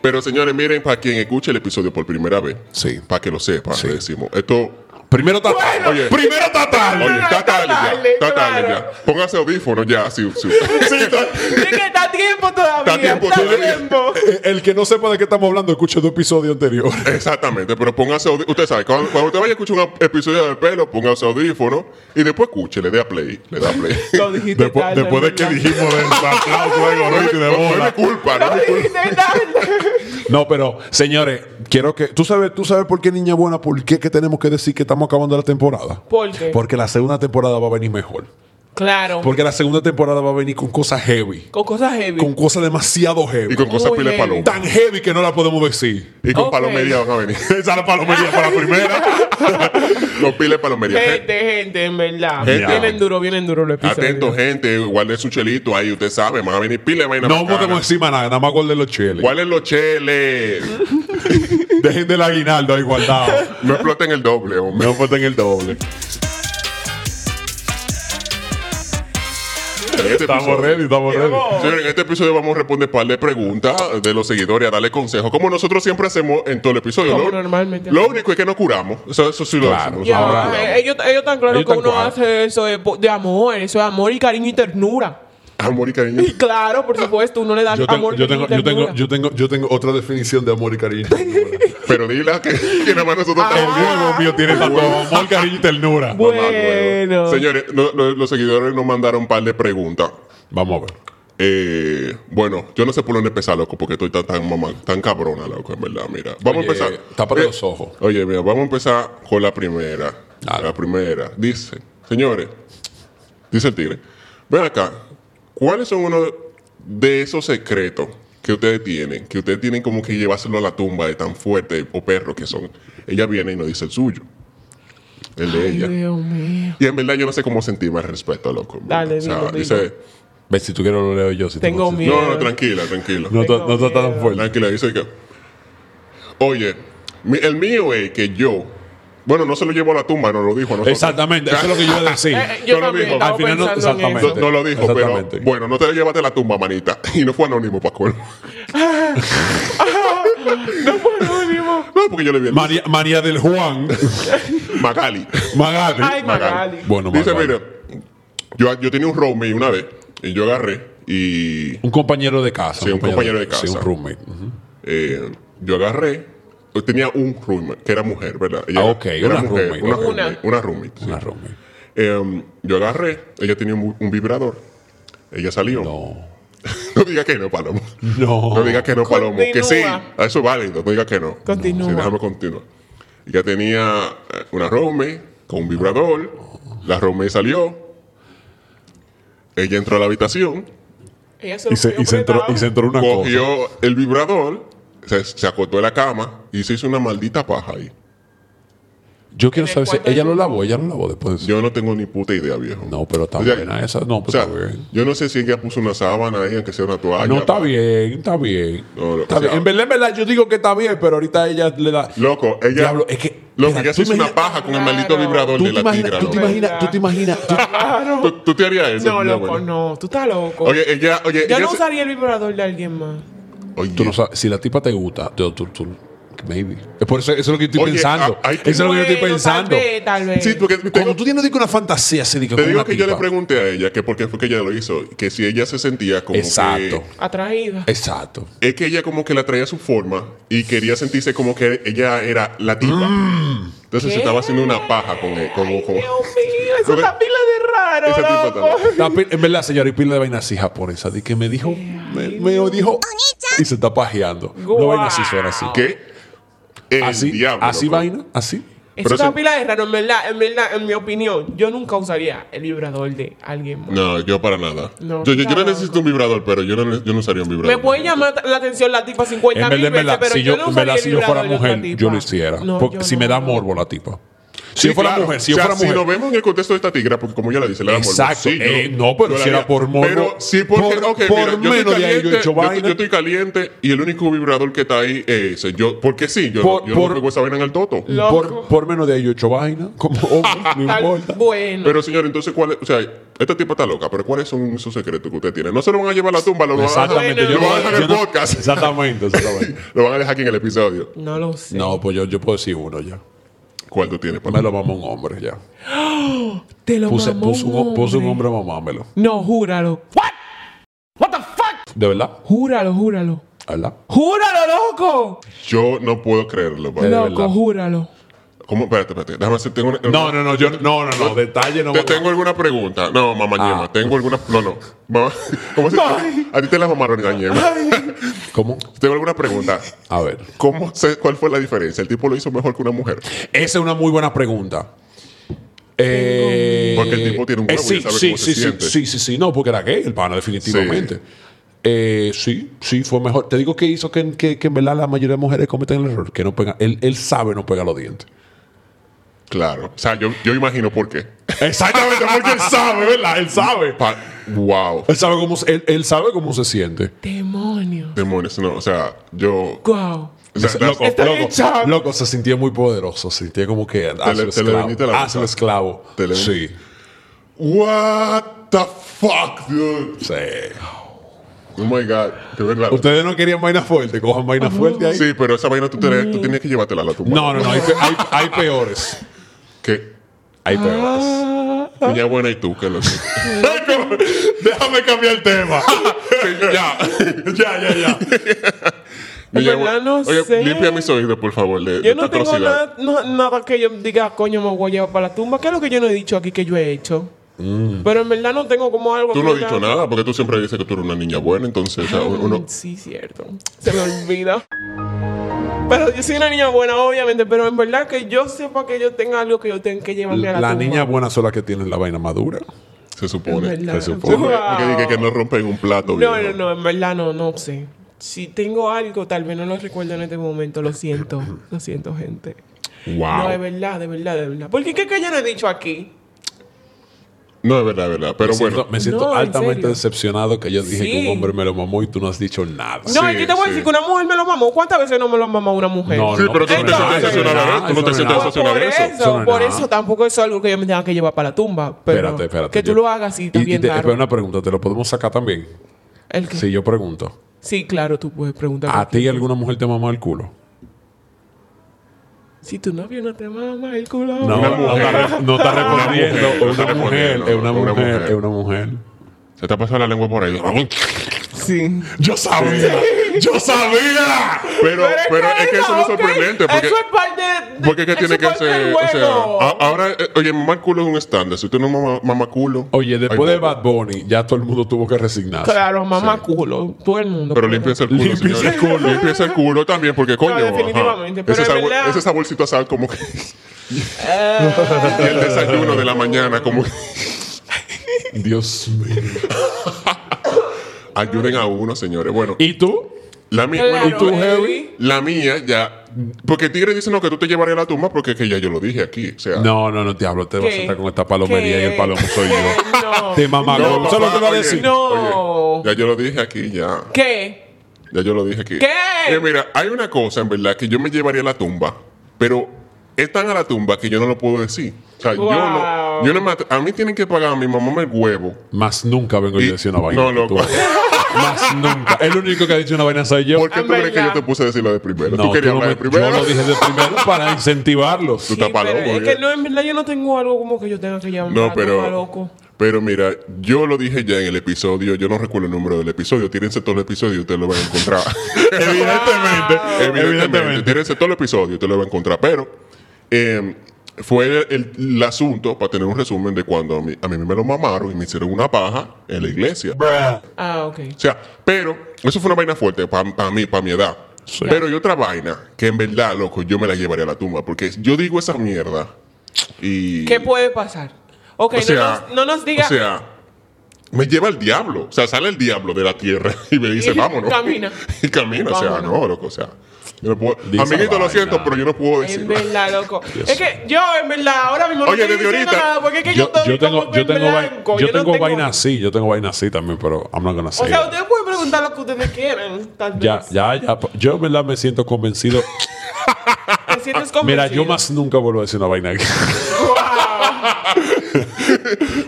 A: Pero señores, miren, para quien escuche el episodio por primera vez,
C: Sí.
A: para que lo sepa,
C: Sí.
A: le decimos. Esto.
C: Primero está
A: Oye.
C: Primero está tarde.
A: Oye, está tarde ya.
B: tarde,
A: Está tarde
B: claro.
A: ya. Póngase audífonos ya. Si, si-
B: Dije que está a tiempo todavía.
A: Está a tiempo todavía.
B: tiempo.
C: Eh, El que no sepa de qué estamos hablando, escuche dos episodios <laughs> anteriores.
A: Exactamente, pero póngase audífonos. Usted sabe, cuando, cuando usted vaya a escuchar un episodio de pelo, póngase audífonos y después escuche, le dé a play. Le da play.
B: Lo dijiste
C: Después,
B: tarde,
C: después de que
B: ¿verdad?
C: dijimos del aplauso <laughs> de
A: No,
C: gorrito y
A: me-
C: de
A: no- no es mi
C: bola.
A: culpa, no es
B: Lo
A: mi culpa.
B: dijiste tarde.
C: No, pero señores, quiero que. ¿Tú sabes, tú sabes por qué, niña buena, por qué que tenemos que decir que estamos acabando la temporada?
B: ¿Por qué?
C: Porque la segunda temporada va a venir mejor.
B: Claro.
C: Porque la segunda temporada va a venir con cosas heavy.
B: Con cosas heavy.
C: Con cosas demasiado heavy.
A: Y con cosas
B: Muy
A: pila de
B: heavy.
A: paloma.
C: Tan heavy que no la podemos decir.
A: Y con
B: Ok.
A: palomería van a
B: <laughs>
A: venir.
C: <laughs> Esa es la palomería para la primera.
A: Los piles de palomería.
B: Gente, gente, en verdad.
A: Gente.
B: Vienen duro, vienen duro los episodios.
A: Atento, gente. Guarden su chelito ahí. Usted sabe, van a venir piles de vaina
C: No
A: bacana.
C: podemos decir más nada, nada más guarden los cheles.
A: ¿Cuáles los cheles?
C: Dejen del aguinaldo ahí guardado.
A: No exploten el doble, hombre.
C: No faltan el <laughs> doble.
A: Este
C: Estamos
A: episodio-
C: ready, estamos ready.
A: Señores, en este episodio vamos a responder un par de preguntas de los seguidores, a darle consejos, como nosotros siempre hacemos en todo el episodio.
B: Como
A: lo,
B: normalmente.
A: lo único es que no curamos. Eso, eso sí lo
C: Claro.
A: hacemos.
B: Ya,
C: Ahora-
B: eh, ellos, ellos están claros
C: Ellos
B: que
C: están
B: uno
C: claros.
B: hace eso de, de amor, eso es amor y cariño y ternura.
A: Ah, Amor y cariño.
B: Y claro, por supuesto, uno le da
C: Yo tengo,
B: amor,
C: yo, tengo,
B: cariño y
C: yo, tengo,
B: ternura.
C: yo, tengo, yo tengo otra definición de amor y cariño.
B: eh.
C: El
A: Pero dila que, que nada más
B: Ah,
A: nosotros estamos.
C: huevo mío tiene tanto amor, cariño y ternura.
B: Bueno.
A: Señores, lo- lo- los seguidores nos mandaron un par de preguntas.
C: Vamos a ver.
A: Eh, bueno, yo no sé por dónde empezar, loco, porque estoy tan, tan mamá, tan cabrona, loco, en verdad, mira. Vamos
C: Oye,
A: a empezar.
C: tápate
A: Eh,
C: los ojos.
A: Oye, mira, vamos a empezar con la primera.
C: Dale.
A: La primera. Dice, señores, dice el tigre, ven acá, ¿cuáles son uno de esos secretos que ustedes tienen? Que ustedes tienen como que llevárselo a la tumba de tan fuerte o perros que son. Ella viene y nos dice el suyo. El de ella.
B: Dios mío.
A: Y en verdad yo no sé cómo sentirme al respecto, loco. en verdad.
B: Dale,
A: O sea,
B: dilo, dilo.
A: dice,
C: Ve, si tú quieres lo leo yo. Si tú
B: Tengo
C: no-
B: miedo.
A: no, no, tranquila, tranquila.
C: No, está- no está tan
B: Tengo
C: fuerte.
A: Tranquila, Pues dice que. Oye, mi- el mío es que yo. Bueno, no se lo llevo a la tumba, no lo dijo. a nosotros.
C: Exactamente, eso es lo que yo iba a decir.
B: Eh, eh, yo
A: No lo
B: también
A: dijo.
B: estaba
C: Al final no-
B: pensando en eso.
A: No,
C: exactamente.
A: no lo dijo, pero
C: Exactamente.
A: bueno, no te lo llevaste a la tumba, manita. <laughs> Y no fue anónimo, Paco.
B: <laughs> No fue anónimo.
A: No, porque yo le vi el
C: María, María del Juan
A: Magali.
C: Magali.
B: Ay, Magali.
C: Bueno,
A: dice,
C: Magali.
A: mira, yo, yo tenía un roommate una vez y yo agarré y
C: Un compañero de casa.
A: Sí, un compañero de
C: Sí,
A: casa.
C: un roommate. Ujú.
A: eh, yo agarré. Yo tenía un roommate que era mujer, ¿verdad? Ella
C: Ah,
A: era-
C: ok,
A: era
C: una
A: mujer,
C: roommate,
A: Una
C: ok.
A: roommate. Una roommate. sí.
C: Una roommate.
A: Em, yo agarré, ella tenía un, un vibrador. Ella salió.
C: No.
A: <laughs> No diga que no, Palomo.
C: No.
A: No diga que no, Palomo. Que sí,
B: Continúa.
A: eso es válido. No diga que no.
B: Continúa.
A: Sí, déjame continuar. Ella tenía eh, una Rome con un vibrador. La Rome salió. Ella entró a la habitación,
B: Ella se,
C: Y se, y se entró, y se entró una cosa.
A: cogió el vibrador, se, se acostó en la cama y se hizo una maldita paja ahí.
C: Yo quiero saber si
B: cuarto
C: ella
B: de-
C: lo lavó, ella lo lavó después. de-
A: Yo no tengo ni puta idea, viejo.
C: No, pero está
A: O sea,
C: buena esa. No,
A: O
C: pero
A: sea,
C: está bien.
A: yo no sé si ella puso una sábana ahí, aunque sea una toalla.
C: No, está bien, está bien.
A: No, no,
C: Está
A: o sea-
C: bien. En verdad, en verdad, yo digo que está bien, pero ahorita ella le da.
A: Loco, ella.
C: Diablo, es que-
A: Loco,
C: mira,
A: ella
C: tú
A: se hizo una
C: imagina-
A: paja con el maldito
B: Claro.
A: vibrador
C: ¿Tú
A: de
C: te,
A: la tigra,
C: imaginas, tú, te
A: loco.
C: imaginas, tú te imaginas, tú-
A: ¿Tú, tú te harías eso?
B: No,
A: mi
B: loco,
A: abuela?
B: no. Tú estás loco.
C: eh,
A: Oye, ella. Oye,
B: yo
A: ella
B: no
A: se-
B: usaría el vibrador de alguien más.
A: Oye,
C: tú no sabes. Si la tipa te gusta, tú, tú, tú- maybe. Es por eso, eso es lo que yo estoy
A: Oye,
C: pensando.
A: a- hay que-
C: eso es lo que yo estoy
B: Bueno,
C: pensando.
B: Tal vez, tal vez.
A: Sí, porque
C: Cuando
A: tengo-
C: tú tienes digo, una fantasía así, digo,
A: te
C: con
A: digo
C: una
A: que yo le
C: tipa.
A: pregunté a ella que por qué fue que ella lo hizo. Que si ella se sentía como.
C: Exacto,
A: que-
B: Atraída.
C: exacto.
A: es que ella como que la traía a su forma y quería sentirse como que ella era la tipa.
C: Mm.
A: Entonces se
B: ¿Qué?
A: estaba haciendo una paja con. él, con,
B: Ay,
A: con-
B: Dios mío, eso
A: Porque-
B: está pila de raro,
A: Ese tipo está
B: loco.
C: La pi- en verdad, señor, y pila de vaina así japonesa. Di que me dijo, me, me dijo, y se está pajeando. No
B: Guau.
C: vaina así suena así.
A: ¿Qué? El
C: Así,
A: diablo,
C: así
A: loco.
C: vaina, así.
B: Eso
A: Pero
B: está
A: eso-
B: pila de raro, en verdad, en verdad, en mi opinión. Yo nunca usaría el vibrador de alguien más.
A: No, yo para nada.
B: No,
A: yo, yo, yo no
B: claro.
A: necesito un vibrador, pero yo no, yo no usaría un vibrador.
B: Me puede llamar la atención la tipa 50
C: En
B: mil
C: verdad, en
B: veces,
C: verdad,
B: Pues pero
C: si
B: yo,
C: yo,
B: no
C: en
B: usaría
C: verdad,
B: el
C: si yo fuera
B: vibrador de otra
C: mujer, yo lo
B: tipa.
C: hiciera.
B: No,
C: porque
B: yo
C: si me
B: no.
C: da morbo la tipa. Si
A: Sí,
C: yo fuera
A: claro.
C: mujer, si yo
A: O sea,
C: fuera mujer.
A: Si nos vemos en el contexto de esta tigra, porque como ella la dice, le da morbo.
C: Exacto.
A: Sí, yo-
C: Eh, no, pero
A: yo la
C: si era
A: haría.
C: por morbo.
A: Pero sí, porque,
C: Por-
A: ok,
C: por
A: mira, yo estoy
C: menos de ahí yo he
A: caliente,
C: hecho
A: yo,
C: vaina.
A: yo estoy caliente y el único vibrador que está ahí es ese. Yo, porque sí, yo,
C: Por-
A: no, yo no
C: por-
A: pego esa vaina en el toto.
B: Loco.
C: por, por menos de ahí yo he hecho vaina. Como
B: <laughs>
C: hombre, no
B: Tal-
C: importa.
B: Bueno.
A: Pero señor, entonces, ¿cuál es? O sea, esta tipa está loca, pero ¿cuáles son sus secretos que usted tiene? No se lo van a llevar a la tumba, lo van a dejar,
C: Exactamente.
A: lo
B: Bueno,
C: yo no-
A: van a dejar en
C: yo
A: el
C: no-
A: podcast. <laughs>
C: Exactamente, exactamente.
A: Lo van a dejar aquí en el episodio.
B: no lo sé.
C: No, pues yo, yo puedo decir uno ya. Pues
A: ¿Cuál tú tienes,
C: Me
A: Paloma?
C: lo mamó un hombre ya.
B: Te lo
C: Puse,
B: mamó
C: puso, un, ho- puso un
B: hombre.
C: hombre a mamármelo.
B: No, júralo. ¿What? What the fuck?
C: ¿De verdad?
B: Júralo, júralo.
C: ¿Verdad?
B: ¡Júralo, loco!
A: Yo no puedo creerlo, Paloma.
C: verdad.
B: Loco, júralo.
A: ¿Cómo? Espérate, espérate. Déjame hacer. Tengo una,
C: No, no, no, yo no, no, no, detalle no.
A: Te
C: vamos-
A: tengo alguna pregunta. No, mamá
C: Ah.
A: Ñema, tengo alguna. No, no. Mamá- <laughs> ¿Cómo se
B: Ay.
A: A ti te la mamaron, Ñema.
C: ¿Cómo?
A: Tengo alguna pregunta.
C: A ver.
A: ¿Cómo se- ¿Cuál fue la diferencia? El tipo lo hizo mejor que una mujer.
C: Esa es una muy buena pregunta. Eh,
A: Porque el tipo tiene un
C: Eh,
A: huevo y
C: sí,
A: sabe
C: sí,
A: cómo
C: sí,
A: se
C: sí,
A: siente.
C: sí, sí, sí. No, porque era gay el pana, definitivamente.
A: Sí.
C: Eh, sí, sí, fue mejor. Te digo que hizo que, que, que en verdad la mayoría de mujeres cometen el error, que no pega, él, él sabe no pegar los dientes.
A: Claro. O sea, yo, yo imagino por qué.
C: Exactamente, porque él sabe, ¿verdad? Él sabe.
A: Pa- wow.
C: Él sabe cómo, se- él, él sabe cómo se siente.
B: Demonio.
A: Demonios, no. O sea, yo.
B: Wow.
A: o sea, la-
C: loco,
B: Está bien
C: loco,
B: chavo.
C: loco, se sintió muy poderoso. Se sintió como que hazlo
A: te le veniste
C: esclavo.
A: la
C: Hazlo
A: boca.
C: esclavo.
A: Te le-
C: Sí,
A: What the fuck, dude.
C: sí.
A: Oh my god. De verdad.
C: Ustedes no querían vaina fuerte, cojan vaina
B: Ah,
C: fuerte ahí.
A: Sí, pero esa vaina tú, tenías, tú tenías que llevártela a la tumba.
C: Mm. No, no, no, hay, pe- hay- hay peores.
A: Que
C: Hay
B: Ah.
C: peores.
A: niña buena y tú, que lo sé. <laughs>
C: Déjame cambiar el tema. ya, ya, ya, ya.
B: En
A: Niña
B: verdad
A: buena-
B: no
A: Oye,
B: sé.
A: limpia mis oídos, por favor. De, de
B: Yo
A: esta
B: no tengo
A: atrocidad.
B: nada, no- nada que yo diga, coño, me voy a llevar para la tumba. ¿Qué es lo que yo no he dicho aquí que yo he hecho? Pero en verdad no tengo como algo.
A: Mm. Tú no has
B: que
A: dicho
B: diga-
A: nada, porque tú siempre dices que tú eres una niña buena, entonces, o sea, uno.
B: Sí, cierto. Se me olvida. Pero yo soy una niña buena, obviamente, pero en verdad que yo sepa que yo tenga algo que yo tenga que llevarme a la,
C: La
B: tumba.
C: niña buena sola que tiene la vaina madura.
A: Se supone.
B: Es verdad.
A: Se supone.
B: Wow.
A: Porque dije que no rompen un plato.
B: No, no,
A: viejo.
B: no, en verdad no, no sé. Si tengo algo, tal vez no lo recuerdo en este momento,
C: <coughs>
B: lo siento, lo siento, gente. No, de
A: Wow.
B: verdad, de verdad, de verdad. Porque qué que yo no he dicho aquí.
A: No, es verdad, es verdad. Pero
C: me
A: bueno.
C: siento, me siento
B: No, en
C: altamente
B: serio.
C: decepcionado que yo dije que
B: Sí.
C: un hombre me lo mamó y tú no has dicho nada.
B: No,
A: Sí,
B: es que te voy a
A: sí.
B: decir que una mujer me lo mamó. ¿Cuántas veces no me lo ha mamado una mujer?
C: No,
A: Sí, pero tú no te
B: Entonces-
A: sientes decepcionado, ¿eh? Tú no te
C: Eso
A: sientes
C: no es
B: Pues por
A: decepcionado de
B: eso,
A: eso.
C: Eso no es
B: por
C: nada.
B: eso tampoco es algo que yo me tenga que llevar para la tumba. Pero
C: espérate, espérate.
B: Que tú
C: yo-
B: lo hagas y
C: y-
B: también
C: y te- espera, una pregunta, ¿te lo podemos sacar también?
B: ¿El qué?
C: Si yo pregunto,
B: Sí, claro, tú puedes preguntar.
C: ¿a ti alguna mujer te mamó el culo?
B: Si tu novio no te mama el culo.
C: No,
A: Una
C: no
A: mujer.
C: está, re- no está respondiendo.
A: mujer, no está
C: Una mujer,
A: respondiendo,
C: es una
A: una
C: mujer,
A: mujer.
C: es una mujer.
A: Se te ha pasado la lengua <laughs> por ahí.
B: Sí.
C: Yo sabía, yo sabía.
A: Pero, pero es que eso no es
B: ok,
A: sorprendente. Porque,
B: Eso es parte de.
A: porque es que
B: eso
A: tiene
B: es
A: que
B: parte
A: ser.
B: del
A: O sea,
B: juego.
A: a- ahora, eh, oye, mamar culo es un estándar. Si usted no mama, mama culo.
C: Oye, después
A: ay,
C: de Bad Bunny, ya todo el mundo tuvo que resignarse.
B: claro, mamá culo. Todo el mundo.
A: Pero
B: culo.
A: limpiense el culo,
C: Límpiese
A: señores.
C: el culo.
A: Límpiese el culo también, porque coño. ajá.
B: definitivamente, pero
A: ese,
B: es
A: sabor-
B: verdad.
A: ese saborcito a sal, como que. <laughs>
B: Eh,
A: y el desayuno de la mañana, como que. <laughs>
C: Dios mío.
A: Ayuden a uno, señores. Bueno,
C: ¿Y tú?
A: la mía.
B: Claro,
A: bueno,
C: ¿y tú,
B: eh,
C: Heavy?
A: La mía ya. Porque Tigre dice no, que tú te llevarías a la tumba porque es que ya yo lo dije aquí. O sea,
C: No, no, no, diablo, te vas a
B: ¿Qué?
C: sentar con esta palomería y el
B: ¿Qué?
C: palomo soy yo.
B: ¿Qué? <laughs>
A: <laughs>
B: No.
C: Te mamá,
A: No,
C: no,
A: papá,
C: solo te lo voy a
A: oye,
C: decir.
B: No.
A: oye, ya yo lo dije aquí, ya.
B: ¿Qué?
A: Ya yo lo dije aquí.
B: ¿Qué?
A: Eh, mira, hay una cosa en verdad que yo me llevaría a la tumba, pero es tan a la tumba que yo no lo puedo decir. O sea, yo no.
B: Wow.
A: Yo no me at- a mí tienen que pagar a mi mamá el huevo.
C: Más nunca vengo yo
A: Y-
C: a decir una vaina.
A: no,
C: que tú
A: loco.
C: hagas. Más nunca. El único que ha dicho una vaina soy yo.
A: ¿Por qué
B: En
A: tú crees que yo
B: verdad.
A: te puse a decirlo de primero?
C: No,
A: tú querías
C: no
A: hablar de
C: me-
A: primero.
C: Yo lo dije de primero para incentivarlos.
A: Tú estás pa'
B: pero
A: loco, ¿eh?
B: es
A: ¿qué?
B: que no, en verdad yo no tengo algo como que yo tenga que llamar.
A: No, pero.
B: loco.
A: Pero mira, yo lo dije ya en el episodio, yo no recuerdo el número del episodio, tírense todo el episodio y usted lo va a encontrar. <laughs>
C: Evidentemente,
A: Evidentemente, tírense todo el episodio y usted lo va a encontrar. Pero eh, fue el, el asunto, para tener un resumen, de cuando a mí, a mí me lo mamaron y me hicieron una paja en la iglesia.
B: Ah, ok.
A: O sea, pero eso fue una vaina fuerte para mí, para mi edad.
C: Sí.
A: Pero hay otra vaina que en verdad, loco, yo me la llevaría a la tumba. Porque yo digo esa mierda y...
B: ¿Qué puede pasar? Ok,
A: O sea,
B: no, nos, no nos diga.
A: O sea, me lleva el diablo. O sea, sale el diablo de la tierra <laughs> y me dice,
B: Y
A: vámonos.
B: camina.
A: <laughs> y camina. O sea,
B: Vámonos.
A: no, loco. O sea, yo no puedo.
C: Dice
A: Amiguito, lo
C: vaina.
A: siento, pero yo no puedo
B: en
A: decirlo.
B: verdad, loco. es que yo, en verdad, ahora mismo
A: Oye,
B: no estoy
A: desde
B: diciendo
A: ahorita,
B: nada porque es que yo,
C: Yo,
B: estoy
C: yo tengo,
B: como
C: yo
B: en
C: tengo, vai-
B: blanco.
C: yo
B: no
C: tengo vaina así, yo tengo vaina así también, pero I'm not gonna
B: O
C: say
B: sea,
C: it.
B: ustedes pueden preguntar lo que ustedes quieran. Tal vez.
C: Ya, ya, ya. Yo en verdad me siento
B: <laughs>
C: convencido.
B: Te sientes convencido.
C: Mira, yo más nunca vuelvo a decir una vaina.
A: <laughs>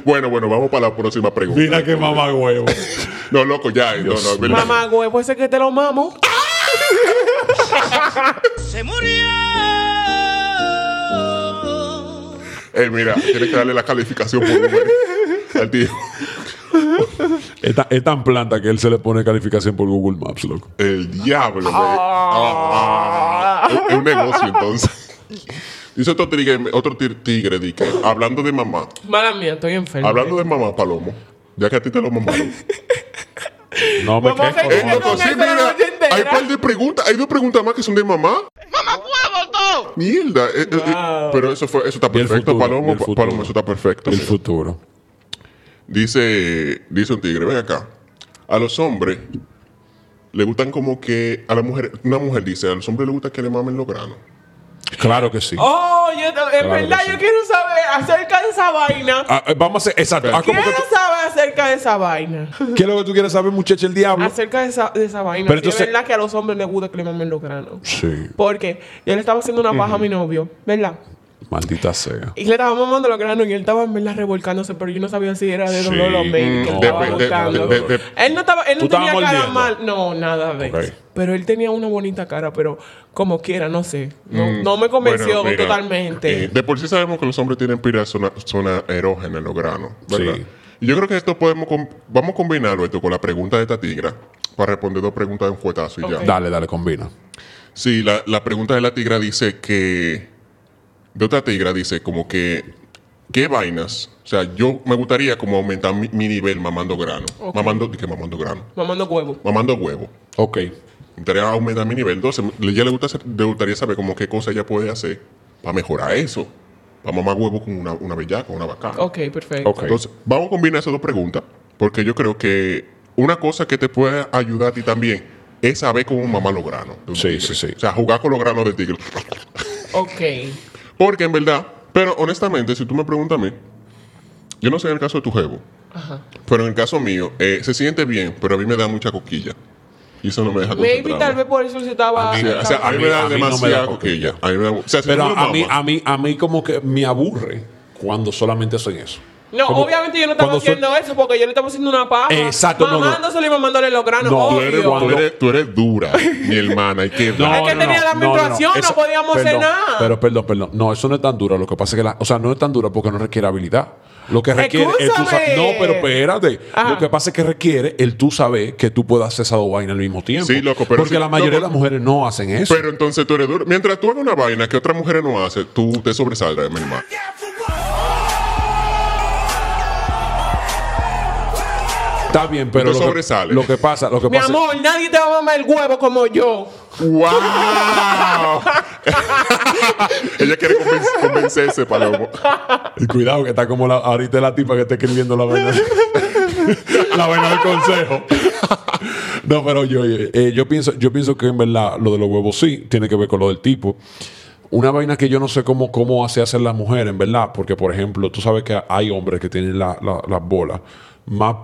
A: Bueno, bueno, vamos para la próxima pregunta.
C: <laughs> Mira qué mamá huevo.
A: No, loco, ya. No, no, es verdad.
B: Mamá, güey, puede ser que te lo mamo.
E: se murió.
A: Eh, mira, tienes que darle la calificación por Uber <laughs> al tío.
C: Es tan, es tan planta que él se le pone calificación por Google Maps, loco.
A: El diablo, güey. Ah. Es- Es un negocio, entonces. Dice otro tigre, otro tir- tigre di que, hablando de mamá,
B: Mala mía, estoy enfermo.
A: hablando de mamá, Palomo, ya que a ti te lo mamaron.
C: No me
B: Vamos a
C: quejo.
B: seguir
A: Eh,
C: no me
A: loco,
B: con
A: sí,
B: eso la
A: mira,
B: noche entera.
A: hay par de preguntas, hay dos preguntas más que son de mamá.
E: ¡Mamá huevo todo!
F: ¡Wow!
A: Mierda. eh, eh, eh,
B: Wow.
A: Pero eso, fue, eso está
C: Y el
A: perfecto,
C: futuro, y
A: Palomo.
C: el
A: Pa-
C: futuro.
A: Palomo, eso está perfecto.
C: El futuro.
A: Dice, dice un tigre, ven acá. A los hombres le gustan como que a la mujer, una mujer dice, a los hombres le gusta que le mamen los granos.
C: Claro que sí.
B: Oh, yo, en verdad,
C: que sí.
B: yo quiero saber acerca de esa vaina.
C: Ah, eh, vamos a hacer, exacto. Ah, ¿cómo
B: Quiero
C: que tú-
B: saber acerca de esa vaina.
C: ¿Qué es lo que tú quieres saber, muchacho, el diablo?
B: Acerca de esa, de esa vaina.
C: Pero
B: Sí,
C: entonces-
B: es verdad que a los hombres les gusta que le mamen los granos.
C: Sí,
B: Porque yo le estaba haciendo una paja a mi novio, ¿verdad?
C: maldita sea.
B: Y le estaba mamando los granos y él estaba en verdad revolcándose, pero yo no sabía si era de
C: Sí,
B: dolor o men que
A: mm,
B: estaba
A: de- de-
B: buscando.
A: de- de- de-
B: Él no, estaba, él no
C: Tú estabas
B: tenía cara
C: mordiendo.
B: mal. No, nada de
C: Ok.
B: eso. Pero él tenía una bonita cara, pero como quiera, no sé. No, no me
A: Mm. Bueno,
B: convenció
A: mira,
B: totalmente.
A: eh, de por sí sabemos que los hombres tienen pila zona, zona erógena en los granos, ¿verdad?
C: Sí.
A: Y yo creo que esto podemos, com- vamos a combinarlo esto con la pregunta de esta tigra para responder dos preguntas de un fuetazo y
B: Ok.
A: ya.
C: Dale, dale, combina.
A: Sí, la, la pregunta de la tigra dice que, de otra tigra dice como que, ¿qué vainas? O sea, yo me gustaría como aumentar mi, mi nivel mamando grano. Mamando, ¿qué mamando grano?
B: Mamando huevo.
A: mamando huevo.
C: Ok.
A: Me gustaría aumentar mi nivel. Entonces, le- ya le, gusta, hacer- le gustaría saber como qué cosa ella puede hacer para mejorar eso. Para mamar huevo con una, una bellaca, una vaca.
B: Ok, perfecto.
C: Ok.
A: Entonces, vamos a combinar esas dos preguntas. Porque yo creo que una cosa que te puede ayudar a ti también es saber cómo mamar los granos. de un
C: Sí,
A: tigre.
C: sí, sí.
A: O sea, jugar con los granos del tigre.
B: Ok.
A: Porque en verdad, pero honestamente, si tú me preguntas a mí, yo no sé en el caso de tu jevo, pero en el caso mío, eh, se siente bien, pero a mí me da mucha coquilla. Y eso no me deja
B: Maybe
A: concentrarme.
B: tal vez por eso él se estaba.
A: Sí, Ah, o sea, a mí
C: mí-
A: me da
C: a mí no
A: demasiada
C: me da
A: coquilla.
C: coquilla.
A: A mí me da- o sea, si
C: Pero
A: tú me
C: a mí,
A: mamas,
C: a mí, a mí como que me aburre cuando solamente hacen eso.
B: no,
C: Como-
B: obviamente yo no estaba
C: cuando sol-
B: haciendo eso porque yo le estaba haciendo una paja.
C: Exacto, no, no.
B: Mamándoselo y mamándole los granos.
C: No,
A: tú, eres,
B: obvio.
A: tú eres- tú eres dura,
C: <laughs>
A: mi hermana. Hay que
C: No,
A: dar.
B: Es que
C: no,
B: tenía
C: no,
B: la
C: no,
B: menstruación, no
C: Esa-
B: podíamos hacer
C: perdón,
B: nada.
C: Pero perdón, perdón. No, eso no es tan dura. Lo que pasa es que la, o sea, no es tan dura porque no requiere habilidad. Lo que requiere el tú
B: ¡Escúchame!
C: sa- No, pero espérate.
B: Ajá.
C: Lo que pasa es que requiere el tú saber que tú puedas hacer esa dos vainas al mismo tiempo.
A: Sí, loco, pero
C: Porque
A: sí,
C: la mayoría
A: loco.
C: de las mujeres no hacen eso.
A: Pero entonces tú eres dura. Mientras tú hagas una vaina que otras mujeres no hacen, tú te sobresalgas, mi hermana.
C: Está bien, pero
A: Tú
C: lo que,
A: sobresales.
C: lo que pasa, lo que
B: Mi
C: pasa
B: amor, nadie te va a mamar el huevo como yo.
A: ¡Wow! <laughs> Ella quiere conven- convencerse, Palomo.
C: Y cuidado que está como la, ahorita la tipa que está escribiendo la vaina. <laughs> la vaina del consejo. <laughs> no, pero yo, eh, yo pienso, yo pienso que en verdad lo de los huevos sí tiene que ver con lo del tipo. Una vaina que yo no sé cómo, cómo hace hacer las mujeres, en verdad, porque por ejemplo, tú sabes que hay hombres que tienen la- la- las bolas más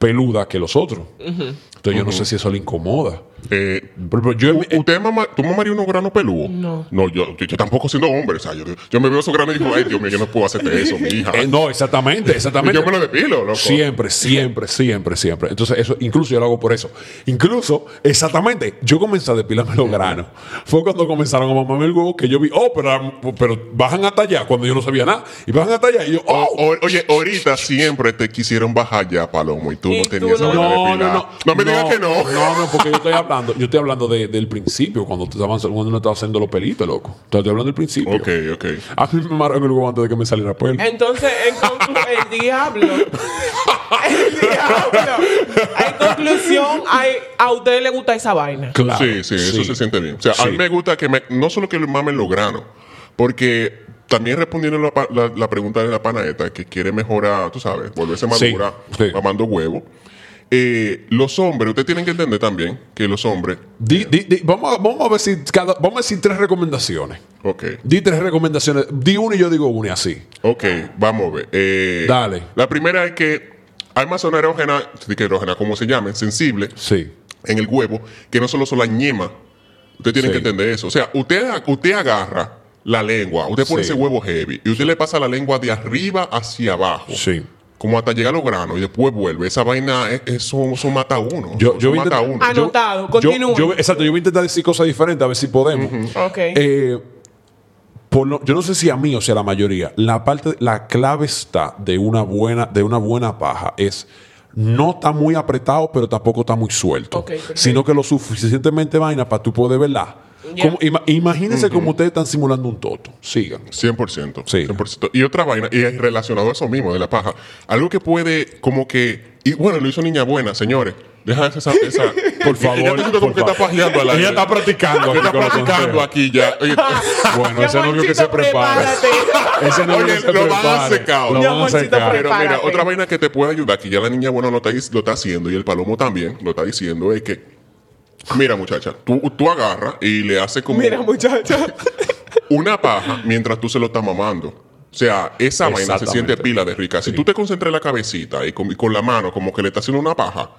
C: peludas que los otros. Entonces yo no sé si eso le incomoda.
A: Eh,
C: Por ejemplo, yo en-
A: ¿u- ¿Usted mama, tú mamarías unos granos peludos? No. No, yo, yo, yo tampoco siendo hombre, o sea, yo, yo me veo esos granos y digo, ay, Dios mío, yo no puedo hacerte eso, mi hija.
C: eh, no, exactamente, exactamente.
A: Uh, Yo me lo depilo, loco.
C: Siempre, siempre, siempre, siempre. Entonces, eso, incluso yo lo hago por eso. Incluso, exactamente, yo comencé a depilarme los granos. Fue cuando comenzaron a mamarme el huevo que yo vi, oh, pero, pero bajan hasta allá, cuando yo no sabía nada. Y bajan hasta allá, y yo, oh.
A: O- oye, ahorita siempre te quisieron bajar ya, Palomo, y tú
B: Y
A: no
B: tú
A: tenías
B: no-
A: esa vaina de pilar. oh, No me digas que no.
C: No, no, porque yo estoy hablando, yo estoy hablando de- del principio, cuando, tú estabas- cuando uno estaba haciendo los pelitos, loco. Entonces, estoy hablando del principio.
A: Ok, ok.
C: A mí me marcaron el huevo antes de que me saliera pelo.
B: Entonces, en conclu- el diablo. El diablo. En conclusión, ay, a ustedes les gusta esa vaina.
C: Claro.
A: sí, sí, eso se siente bien. O sea, a mí
C: Sí.
A: me gusta que me- no solo que me mamen los granos, porque también respondiendo la, pa- la- la pregunta de la panaeta que quiere mejorar, tú sabes, volverse
C: Sí,
A: madura,
C: sí.
A: mamando huevo. eh, los hombres, ustedes tienen que entender también que los hombres,
C: Di- di- di- vamos, a, vamos a ver si cada, vamos a decir tres recomendaciones.
A: ok,
C: Di tres recomendaciones. Di una y yo digo una y así.
A: ok, vamos a ver. eh,
C: Dale.
A: La primera es que hay más zona erógena, que erógena, como se llame, sensible,
C: Sí.
A: en el huevo, que no solo son las ñemas. Usted tiene
C: Sí.
A: que entender eso. O sea, usted, usted agarra la lengua, usted pone ese
C: Sí.
A: huevo heavy y usted le pasa la lengua de arriba hacia abajo.
C: Sí.
A: Como hasta llegar a los granos y después vuelve. Esa vaina, es- eso, eso mata a uno.
C: Yo,
A: Eso
C: yo voy a
A: mata a
C: intentar-
A: uno.
C: yo-
B: Anotado,
C: yo-
B: continúe.
C: yo- exacto, yo voy a intentar decir cosas diferentes a ver si podemos.
B: Ok.
C: Eh, por lo- yo no sé si a mí o sea a la mayoría, la parte, la clave está de una buena, de una buena paja es no está muy apretado, pero tampoco está muy suelto,
B: Ok, perfecto.
C: sino que lo suficientemente vaina para tú poder verla.
B: Ya.
C: Como- ima- imagínense como ustedes están simulando un toto. Sigan.
A: 100%.
C: Sí.
A: 100%. Y otra vaina, y es relacionado a eso mismo, de la paja. Algo que puede, como que. Y bueno, lo hizo Niña Buena, señores. Deja esa. esa
C: <laughs> Por
A: Ya- ya
C: favor.
A: te siento como
C: por
A: que está
C: favor.
A: pajeando al aire.
C: Ella está practicando.
A: Porque está
C: aquí con los
A: practicando
C: consejos.
A: aquí ya. Oye,
C: <laughs> Bueno, ese novio que se
B: Amorcito,
C: prepara.
B: prepárate.
C: Ese novio
A: Oye,
C: que se
A: lo van a
C: prepara.
A: secar.
C: Lo
A: Mi
C: van a
B: amorcito,
C: secar.
A: Pero mira,
B: Prepárate.
A: otra vaina que te puede ayudar, que ya la niña buena lo está, lo está haciendo y el palomo también lo está diciendo, es que, mira muchacha, tú, tú agarras y le haces <laughs> como
B: Mira, muchacha.
A: una paja mientras tú se lo estás mamando. O sea, esa vaina se
C: Exactamente.
A: siente pila de rica. Si tú te concentras en la cabecita y con, y con la mano como que le estás haciendo una paja,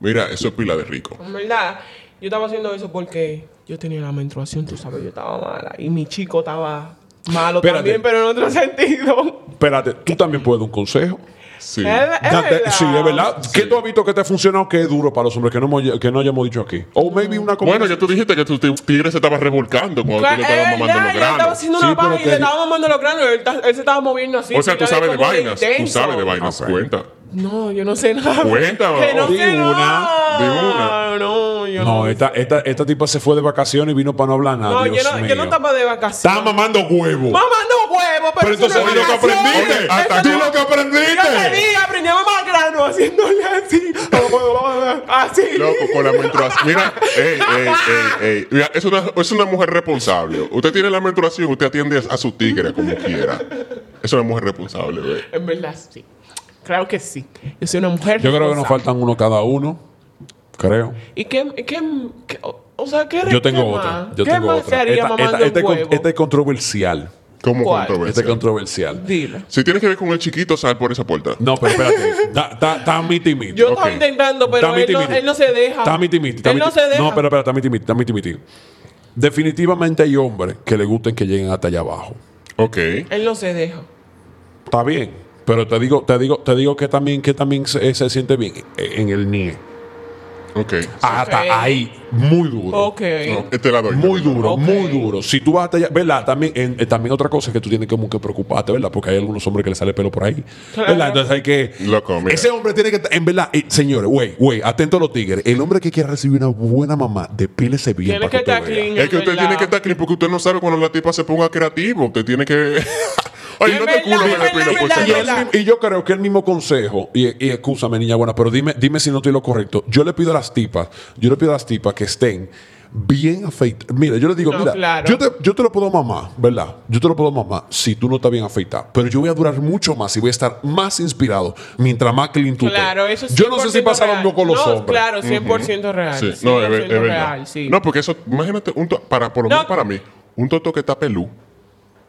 A: mira, eso es pila de rico.
B: En verdad, yo estaba haciendo eso porque yo tenía la menstruación, tú sabes, yo estaba mala. Y mi chico estaba malo
C: Espérate.
B: también, pero en otro sentido.
C: Espérate, tú también puedes dar un consejo.
A: Sí.
B: Es- es
C: Date-
B: verdad.
C: sí, es verdad. ¿Qué tú has visto que te ha funcionado que es duro para los hombres que no, hemos- que no hayamos dicho aquí? O maybe una cosa.
A: Bueno, ya tú dijiste que tu ti- tigre se estaba revolcando cuando tú
B: Claro,
A: le
B: es
A: estabas
B: verdad,
A: mamando los
B: eh, yo estaba
A: granos.
B: haciendo
C: Sí,
B: una paja
C: pero
B: y
C: que-
B: le estaba mamando los granos. Él, ta- él se estaba moviendo así.
A: O sea, tú
B: picándole
A: sabes de
B: como
A: vainas. Tú
B: intenso.
A: sabes de vainas.
C: Ok.
A: Cuenta.
B: No, yo no sé nada.
A: Cuéntame,
B: Que no
A: di
B: sé
C: oh, una,
B: nada.
A: di una.
B: No, yo no.
C: no, esta, esta, esta tipa se fue de vacaciones y vino para no hablar nada.
B: No,
C: Dios
B: yo no,
C: mío.
B: yo no estaba de vacaciones.
C: Está mamando huevo.
B: Mamando huevo, pero,
C: Pero
B: eso
C: entonces
B: no es
C: di lo que
B: vacaciones.
C: aprendiste.
B: Eso
A: Hasta
B: no
A: tú
B: es
A: lo que aprendiste.
B: Yo aprendí, aprendí a mamar grano haciéndole así. así.
A: Loco, con la menstruación. Mira, ey, ey, ey, ey. Mira, es una, es una mujer responsable. Usted tiene la menstruación, usted atiende a su tigre como quiera. Es una mujer responsable, güey.
B: En verdad, sí. Claro que sí. Yo soy una mujer.
C: Yo creo que nos
B: responsable.
C: faltan uno cada uno. Creo.
B: ¿Y qué, y qué, qué- o- o sea, qué
C: Yo tengo
B: qué
C: otra.
B: más?
C: Yo
B: ¿Qué
C: tengo
B: más se
C: otra.
B: haría
C: Esta- esta-
B: mamando
C: esta es
B: un
C: con- este-
B: huevo?
C: esta es controversial.
A: Como
B: ¿Cuál?
C: Este es
A: controversia.
C: controversial.
B: Dile.
A: Si tienes que ver con el chiquito, sal por esa puerta.
C: No, pero <laughs> espérate. Da- da- Está miti miti.
B: Yo
A: Ok.
B: estaba intentando, pero
C: Está
B: él no,
C: miti-miti.
B: él no se deja.
C: Está miti miti. está
B: Él no
C: miti-
B: se deja.
C: No, pero espera, está miti miti. está miti miti. Definitivamente hay hombres que le gusten que lleguen hasta allá abajo.
A: Ok.
B: Él no se deja.
C: Está bien. Pero te digo, te digo, te digo que también, que también se, se siente bien eh, en el NIE.
A: Ok.
C: Hasta
B: Ok.
C: ahí. Muy duro.
B: Ok.
A: No, este te la doy.
C: Muy duro,
B: Ok.
C: muy duro. Si tú vas hasta allá, ¿verdad? También, en- eh, también otra cosa es que tú tienes como que preocuparte, ¿verdad? Porque hay algunos hombres que le sale pelo por ahí.
B: Claro.
C: ¿Verdad? Entonces hay que.
A: Loco, mira.
C: Ese hombre tiene que. estar- En verdad, eh, señores, güey, güey, atento a los tigres. El hombre que quiera recibir una buena mamá, depílese bien.
B: Tiene
C: para
B: que
C: que
B: estar
C: usted vea.
B: clean.
A: Es que usted
B: ¿verdad?
A: tiene que estar clean porque usted no sabe cuando la tipa se ponga creativo. Usted tiene que. <laughs> Ay,
B: Es
A: no te
B: verdad,
A: culo, me
B: es verdad,
A: depilo,
B: es
A: por
C: Y,
B: verdad,
A: favor.
B: es
C: él mismo- y yo creo que el mismo consejo, y, y excúsame, niña buena, pero dime, dime si no estoy lo correcto. Yo le pido a las tipas, yo le pido a las tipas que estén bien afeitadas. Mira, yo le digo,
B: No,
C: mira,
B: claro.
C: yo, te, yo te lo puedo mamar, ¿verdad? Yo te lo puedo mamar si tú no estás bien afeitada. Pero yo voy a durar mucho más y voy a estar más inspirado mientras más clean tú estés.
B: Claro, eso es
C: Yo no sé si
B: 100%
C: pasa lo
B: real.
C: mismo con los
B: No,
C: hombres.
B: Claro, 100% real.
A: Sí, no, es, ver- es
B: 100%
A: verdad.
B: real, sí.
A: No, porque eso, imagínate, un to- para, por lo
B: No.
A: menos para mí, un toto que está pelú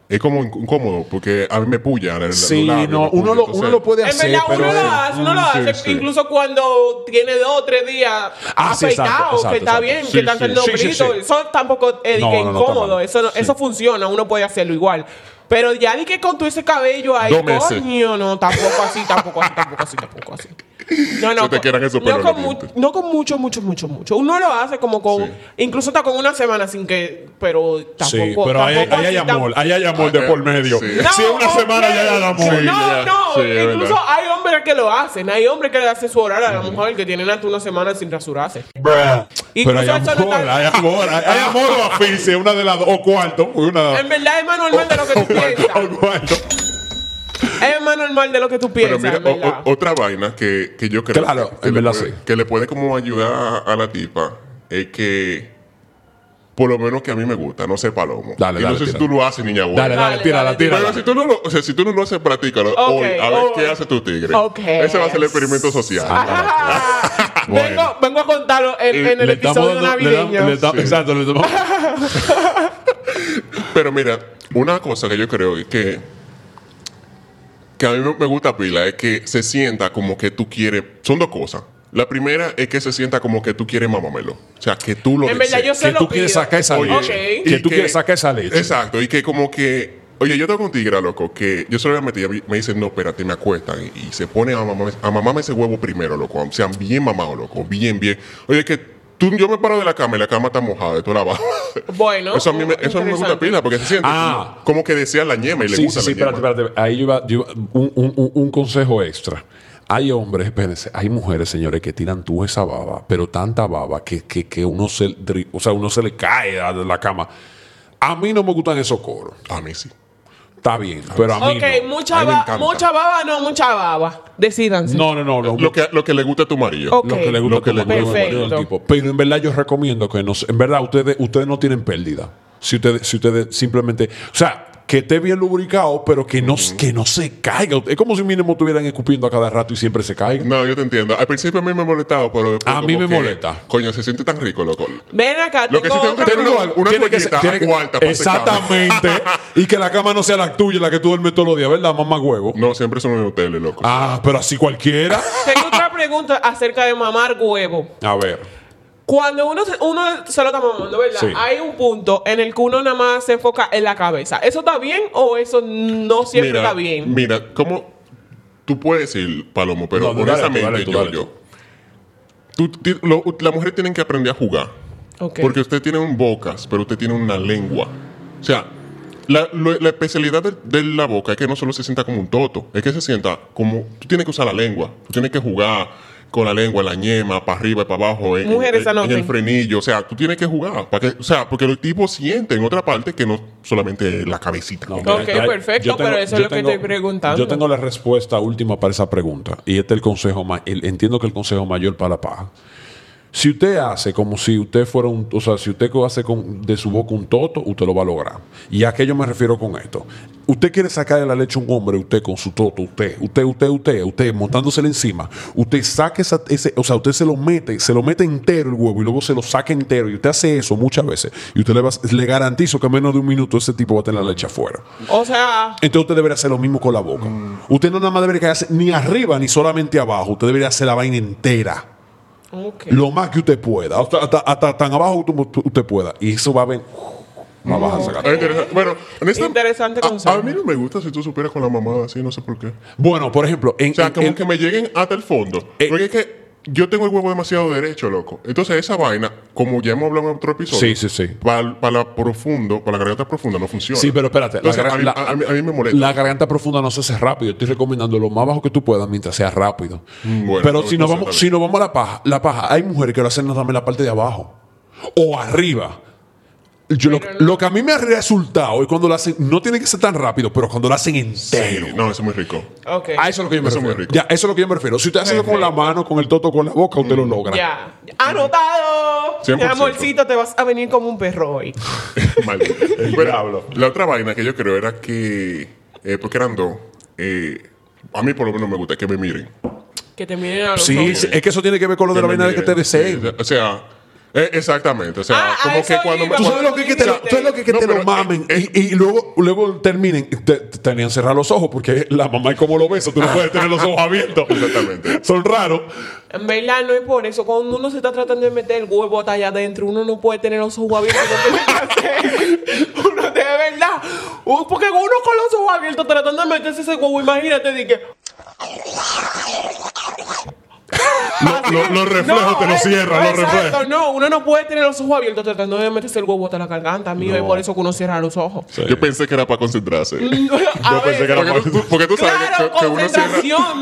A: es como inc- incómodo porque a mí me puya. la- la-
C: Sí,
A: los labios,
C: no,
A: me puya,
C: uno lo,
A: entonces-
C: uno lo
A: <laughs>
C: puede
B: en
C: hacer,
B: verdad,
C: pero...
B: uno lo hace, uno lo
A: Sí,
B: hace.
A: sí.
B: Incluso cuando tiene dos o tres días
C: Ah, sí, exacto,
B: afeitado,
C: exacto,
B: que está
C: exacto.
B: bien,
A: Sí,
B: que están
A: sí.
B: saliendo
C: Sí, sí,
B: brillitos.
C: sí.
B: Eso tampoco es de
C: No,
B: que
C: no, no, está
B: incómodo.
C: mal.
B: eso, no- eso funciona, uno puede hacerlo igual. Pero ya di que con todo ese cabello ahí,
A: Dos meses.
B: coño, no, tampoco así, tampoco así, tampoco así, tampoco así. No, no,
A: Se te
B: con-
A: quedan esos pelos
B: no,
A: en
B: con
A: los
B: mu-
A: dientes.
B: no con mucho, mucho, mucho, mucho. Uno lo hace como con,
A: Sí.
B: incluso está con una semana sin que, pero tampoco.
C: Sí, pero ahí,
B: tampoco
C: ahí hay
B: así, tam-
C: amor, ahí hay amor de
A: Ah,
C: por
A: eh,
C: medio.
A: sí.
C: Si es una
B: ok.
C: semana ya hay amor.
A: Sí,
B: No,
A: ya,
B: no.
A: sí, es
B: Incluso
A: verdad.
B: hay hombres que lo hacen. Hay hombres que le hacen su oral a la mujer que tienen hasta una semana sin rasurarse.
C: Pero hay
B: Incluso eso no
C: amor,
B: está-
C: hay amor, hay, hay amor o asfixia, una de las dos, o cuarto, pues una de las
B: En verdad es más normal de lo que
C: Oh,
B: tú piensas.
C: o cuarto. oh.
B: Es más normal de lo que tú
A: Pero
B: piensas,
A: mira,
B: en
A: o-
B: verdad.
A: o- otra vaina que, que yo creo
C: Claro,
A: que,
C: en
A: le
C: verdad
A: puede,
C: sí.
A: que le puede como ayudar a la tipa es que, por lo menos que a mí me gusta, no sé palomo.
C: Dale,
A: y
C: dale,
A: no sé si
C: tira.
A: tú lo haces, niña buena.
C: Dale, dale,
B: Dale,
C: tírala,
B: dale,
C: tírala.
A: Pero si tú no lo, o sea, si tú no lo haces, practícalo
B: Ok,
A: hoy, a ver
B: hoy.
A: qué hace tu tigre.
B: Ok.
A: Ese va a ser el experimento social.
B: Ajá.
C: Bueno.
B: vengo, vengo a contarlo en, en el
C: Eh, Le estamos
B: episodio
C: dando- le damos-
B: navideño.
C: le damos-
A: Sí.
C: Exacto, le estamos-
A: Pero mira, una cosa que yo creo es que que a mí me- me gusta pila es que se sienta como que tú quieres. Son dos cosas. La primera es que se sienta como que tú quieres mamamelo. O sea, que tú lo
B: En verdad,
A: desees.
B: yo
C: que
B: se
C: tú
B: lo
C: quieres
B: pido.
C: sacar esa
A: Oye,
C: leche.
B: Ok.
A: y
C: Que tú quieres sacar esa leche.
A: Exacto, y que como que. Oye, yo tengo un tigre, loco, que yo se lo voy a meter y me dicen, no, espérate, me acuestan. Y, y se pone a mamarme, a mamarme ese huevo primero, loco. O sea, bien mamado, loco. Bien, bien. Oye, que tú, yo me paro de la cama y la cama está mojada, de toda la baja.
B: Bueno,
A: eso a mí me, eso a mí me gusta
B: interesante.
A: pila, porque se siente
C: Ah.
A: como, como que desea la ñema y le
C: Sí, sí,
A: gusta
C: sí,
A: la ñema.
C: espérate, espérate. Ahí yo iba, yo iba- un, un- un- un consejo extra. Hay hombres, espérense, hay mujeres, señores, que tiran tú esa baba, pero tanta baba que, que, que uno, se, dri- o sea, uno se le cae de la cama. A mí no me gustan esos coros.
A: A mí sí.
C: está bien, pero a mí
B: Ok,
C: no. A
B: mucha,
C: mí me
B: ba-
C: encanta.
B: mucha baba, no, mucha baba. Decídanse.
C: No, no, no. Lo,
A: Lo que, lo que le gusta a tu marido.
B: Ok.
C: lo que le gusta
A: Lo que le
C: como el
B: gusta.
C: marido del
B: Perfecto.
C: tipo. Pero en verdad yo recomiendo que no, se- en verdad ustedes ustedes no tienen pérdida. Si ustedes si ustedes simplemente, o sea, que esté bien lubricado, pero que no que no se caiga. Es como si mínimo estuvieran escupiendo a cada rato y siempre se caiga.
A: No, yo te entiendo. Al principio a mí me molestaba, pero después
C: A mí
A: como
C: me molesta.
A: Coño, se siente tan rico, loco.
B: Ven acá,
A: Lo
B: tengo
A: que sí tengo que
B: otra
A: tener
B: pregunta.
A: una, una
C: Tiene que
A: toallita
C: ser- tiene que-
A: cuarta para secar.
C: <laughs> Exactamente. y que la cama no sea la tuya, la que tú duermes todos los días, ¿verdad? Mamá huevo.
A: No, siempre son los hoteles, loco.
C: Ah, pero así cualquiera.
B: Tengo otra pregunta acerca de mamar huevo.
C: A ver.
B: Cuando uno, se- uno se lo está mamando, ¿verdad?
C: Sí.
B: Hay un punto en el que uno nada más se enfoca en la cabeza. ¿Eso está bien o eso no siempre
A: mira,
B: está bien?
A: Mira, ¿cómo tú puedes decir, Palomo? Pero
C: No, no, dale tú,
A: honestamente,
C: dale tú,
A: yo,
C: dale tú.
A: yo. Tú, ti- lo- las mujeres tienen que aprender a jugar.
B: Ok.
A: Porque usted tiene un bocas, pero usted tiene una lengua. O sea, la, lo- la especialidad de, de la boca es que no solo se sienta como un toto, es que se sienta como. Tú tienes que usar la lengua, tú tienes que jugar con la lengua, la ñema, para arriba y para abajo, en,
B: Mujeres,
A: en- en
B: anoten.
A: el frenillo. O sea, tú tienes que jugar. Para que, o sea, porque los tipos sienten otra parte que no solamente la cabecita.
C: No,
A: como
C: mira,
B: Ok,
C: ya-
B: perfecto,
C: yo
B: pero eso es
C: yo
B: lo que estoy preguntando.
C: Yo tengo la respuesta última para esa pregunta. Y este es el consejo ma- el- Entiendo que el consejo mayor para la paja. Si usted hace como si usted fuera un. O sea, si usted co- hace con- de su boca un toto, usted lo va a lograr. ¿Y a qué yo me refiero con esto? Usted quiere sacar de la leche a un hombre, usted con su toto, usted, usted, usted, usted, usted, montándosele encima. Usted saca esa- ese. O sea, usted se lo mete, se lo mete entero el huevo y luego se lo saca entero. Y usted hace eso muchas veces. Y usted le, va, a- le garantizo que en menos de un minuto ese tipo va a tener la leche afuera.
B: O sea,
C: Entonces usted debería hacer lo mismo con la boca.
A: Mm.
C: Usted no nada más debería hacer ni arriba ni solamente abajo. Usted debería hacer la vaina entera.
A: Eh.
B: ok.
C: Lo más que usted pueda. Hasta, hasta- hasta tan abajo como tú- usted pueda. Y eso va a ver. Va a bajar esa
A: Ah,
C: gata.
A: interesante. Bueno, honesta-
B: Interesante
A: a-
B: consejo.
A: A, mí no me gusta si tú supieras con la mamada así, no sé por qué. O
C: Bueno, por ejemplo, en,
A: sea,
C: en-
A: como
C: en-
A: que me lleguen hasta el fondo.
C: Eh.
A: porque es que yo tengo el huevo demasiado derecho, loco. Entonces, esa vaina, como ya hemos hablado en otro episodio,
C: Sí, sí, sí.
A: Para, la profundo, para la garganta profunda no funciona.
C: Sí, pero espérate.
A: Entonces,
C: la,
A: a,
C: gar-
A: mí,
C: la-
A: a- a mí- a mí me molesta.
C: la garganta profunda no se hace rápido. Estoy recomendando lo más bajo que tú puedas mientras sea rápido.
A: Mm, bueno,
C: Pero
A: no,
C: si
A: no
C: nos,
A: sé,
C: vamos,
A: está
C: si
A: bien.
C: nos vamos a la paja, la paja, hay mujeres que lo hacen nada más en la parte de abajo o arriba. Yo lo, lo que a mí me ha resultado es cuando lo hacen, no tiene que ser tan rápido, pero cuando lo hacen entero.
A: Sí, no, eso es muy rico. <laughs>
B: Ok.
C: A eso es lo que yo me
A: Eso es muy
C: refiero.
A: rico.
C: Ya, eso es lo que yo me refiero. Si usted hace eso con la mano, con el toto, con la boca, usted
A: Mm.
C: lo logra.
B: Ya. ¡Anotado!
A: 100%.
B: Mi amorcito, te vas a venir como un perro hoy.
A: Maldito. Pero La otra vaina que yo creo era que. eh, porque eran dos. eh, a mí, por lo menos, me gusta que me miren.
B: Que te miren a los
C: Sí,
B: ojos.
C: sí, es que eso tiene que ver con lo de la
A: me
C: vaina de que te
A: miren.
C: deseen.
A: Sí, O sea, eh, exactamente. O sea,
B: Ah, a
A: como que
B: eso
A: cuando
B: iba.
A: me.
C: Tú sabes
A: cuando-
C: lo que es que te, lo- tú sabes lo que es que
A: No,
C: te lo
A: pero,
C: mamen
A: eh,
C: y, y luego, luego terminen, te, te tenían cerrar los ojos porque la mamá es como lo besa, tú no puedes tener los ojos abiertos.
A: Exactamente.
C: Son raros.
B: En verdad, no es por eso. Cuando uno se está tratando de meter el huevo hasta allá adentro, uno no puede tener los ojos abiertos. no tiene que
C: <laughs>
B: hacer. uno de verdad. uh, Porque uno con los ojos abiertos tratando de meterse ese huevo, imagínate, di que.
C: Lo- lo- los reflejos te
B: eh,
C: los cierran, los
B: exacto,
C: reflejos.
B: No, uno no puede tener los ojos abiertos tratando de meterse el huevo hasta la garganta, amigo. Es por eso que uno cierra los ojos.
A: Yo pensé que era para concentrarse.
B: Mm. A
C: Yo pensé
B: ver.
C: que era
A: Porque tú, <laughs> porque tú sabes
B: Claro,
A: que, que uno cierra.
B: concentración,